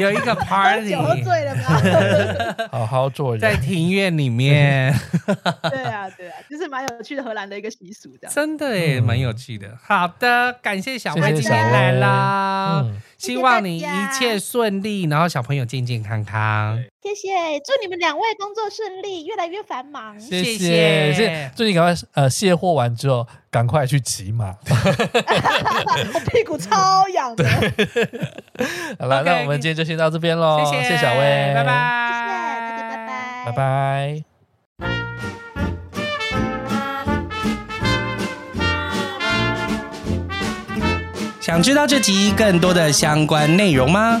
S4: 有一个
S5: [laughs] 喝
S4: party
S5: 酒喝醉了吗？
S3: 好好做
S4: 在
S3: 人。
S4: 庭院里面，
S5: [laughs] 对啊，对啊，就是蛮有趣的荷兰的一个习俗这样。
S4: 真的耶，
S3: 嗯
S4: 蛮有趣的。好的，感谢小
S3: 谢
S4: 薇
S3: 谢
S4: 今
S5: 小
S4: 天来
S3: 薇
S4: 啦。
S3: 嗯，
S4: 希望你
S5: 谢谢大
S4: 一
S5: 家
S4: 切顺利，然后小朋友健健康康。
S5: 谢谢，祝你们两位工作顺利，越来越繁忙。
S3: 谢
S4: 谢
S3: 谢。
S4: 谢
S3: 谢最近赶快呃卸货完之后，赶快去骑马。
S5: [laughs]
S3: [laughs]
S5: 我屁股超痒的，谢谢
S3: 好了，
S4: OK，
S3: 那我们今天就先到这边喽。
S4: 谢
S3: 谢小薇，
S4: 拜拜，
S5: 大家拜拜，
S3: 拜。拜。
S4: 想知道这集更多的相关内容吗？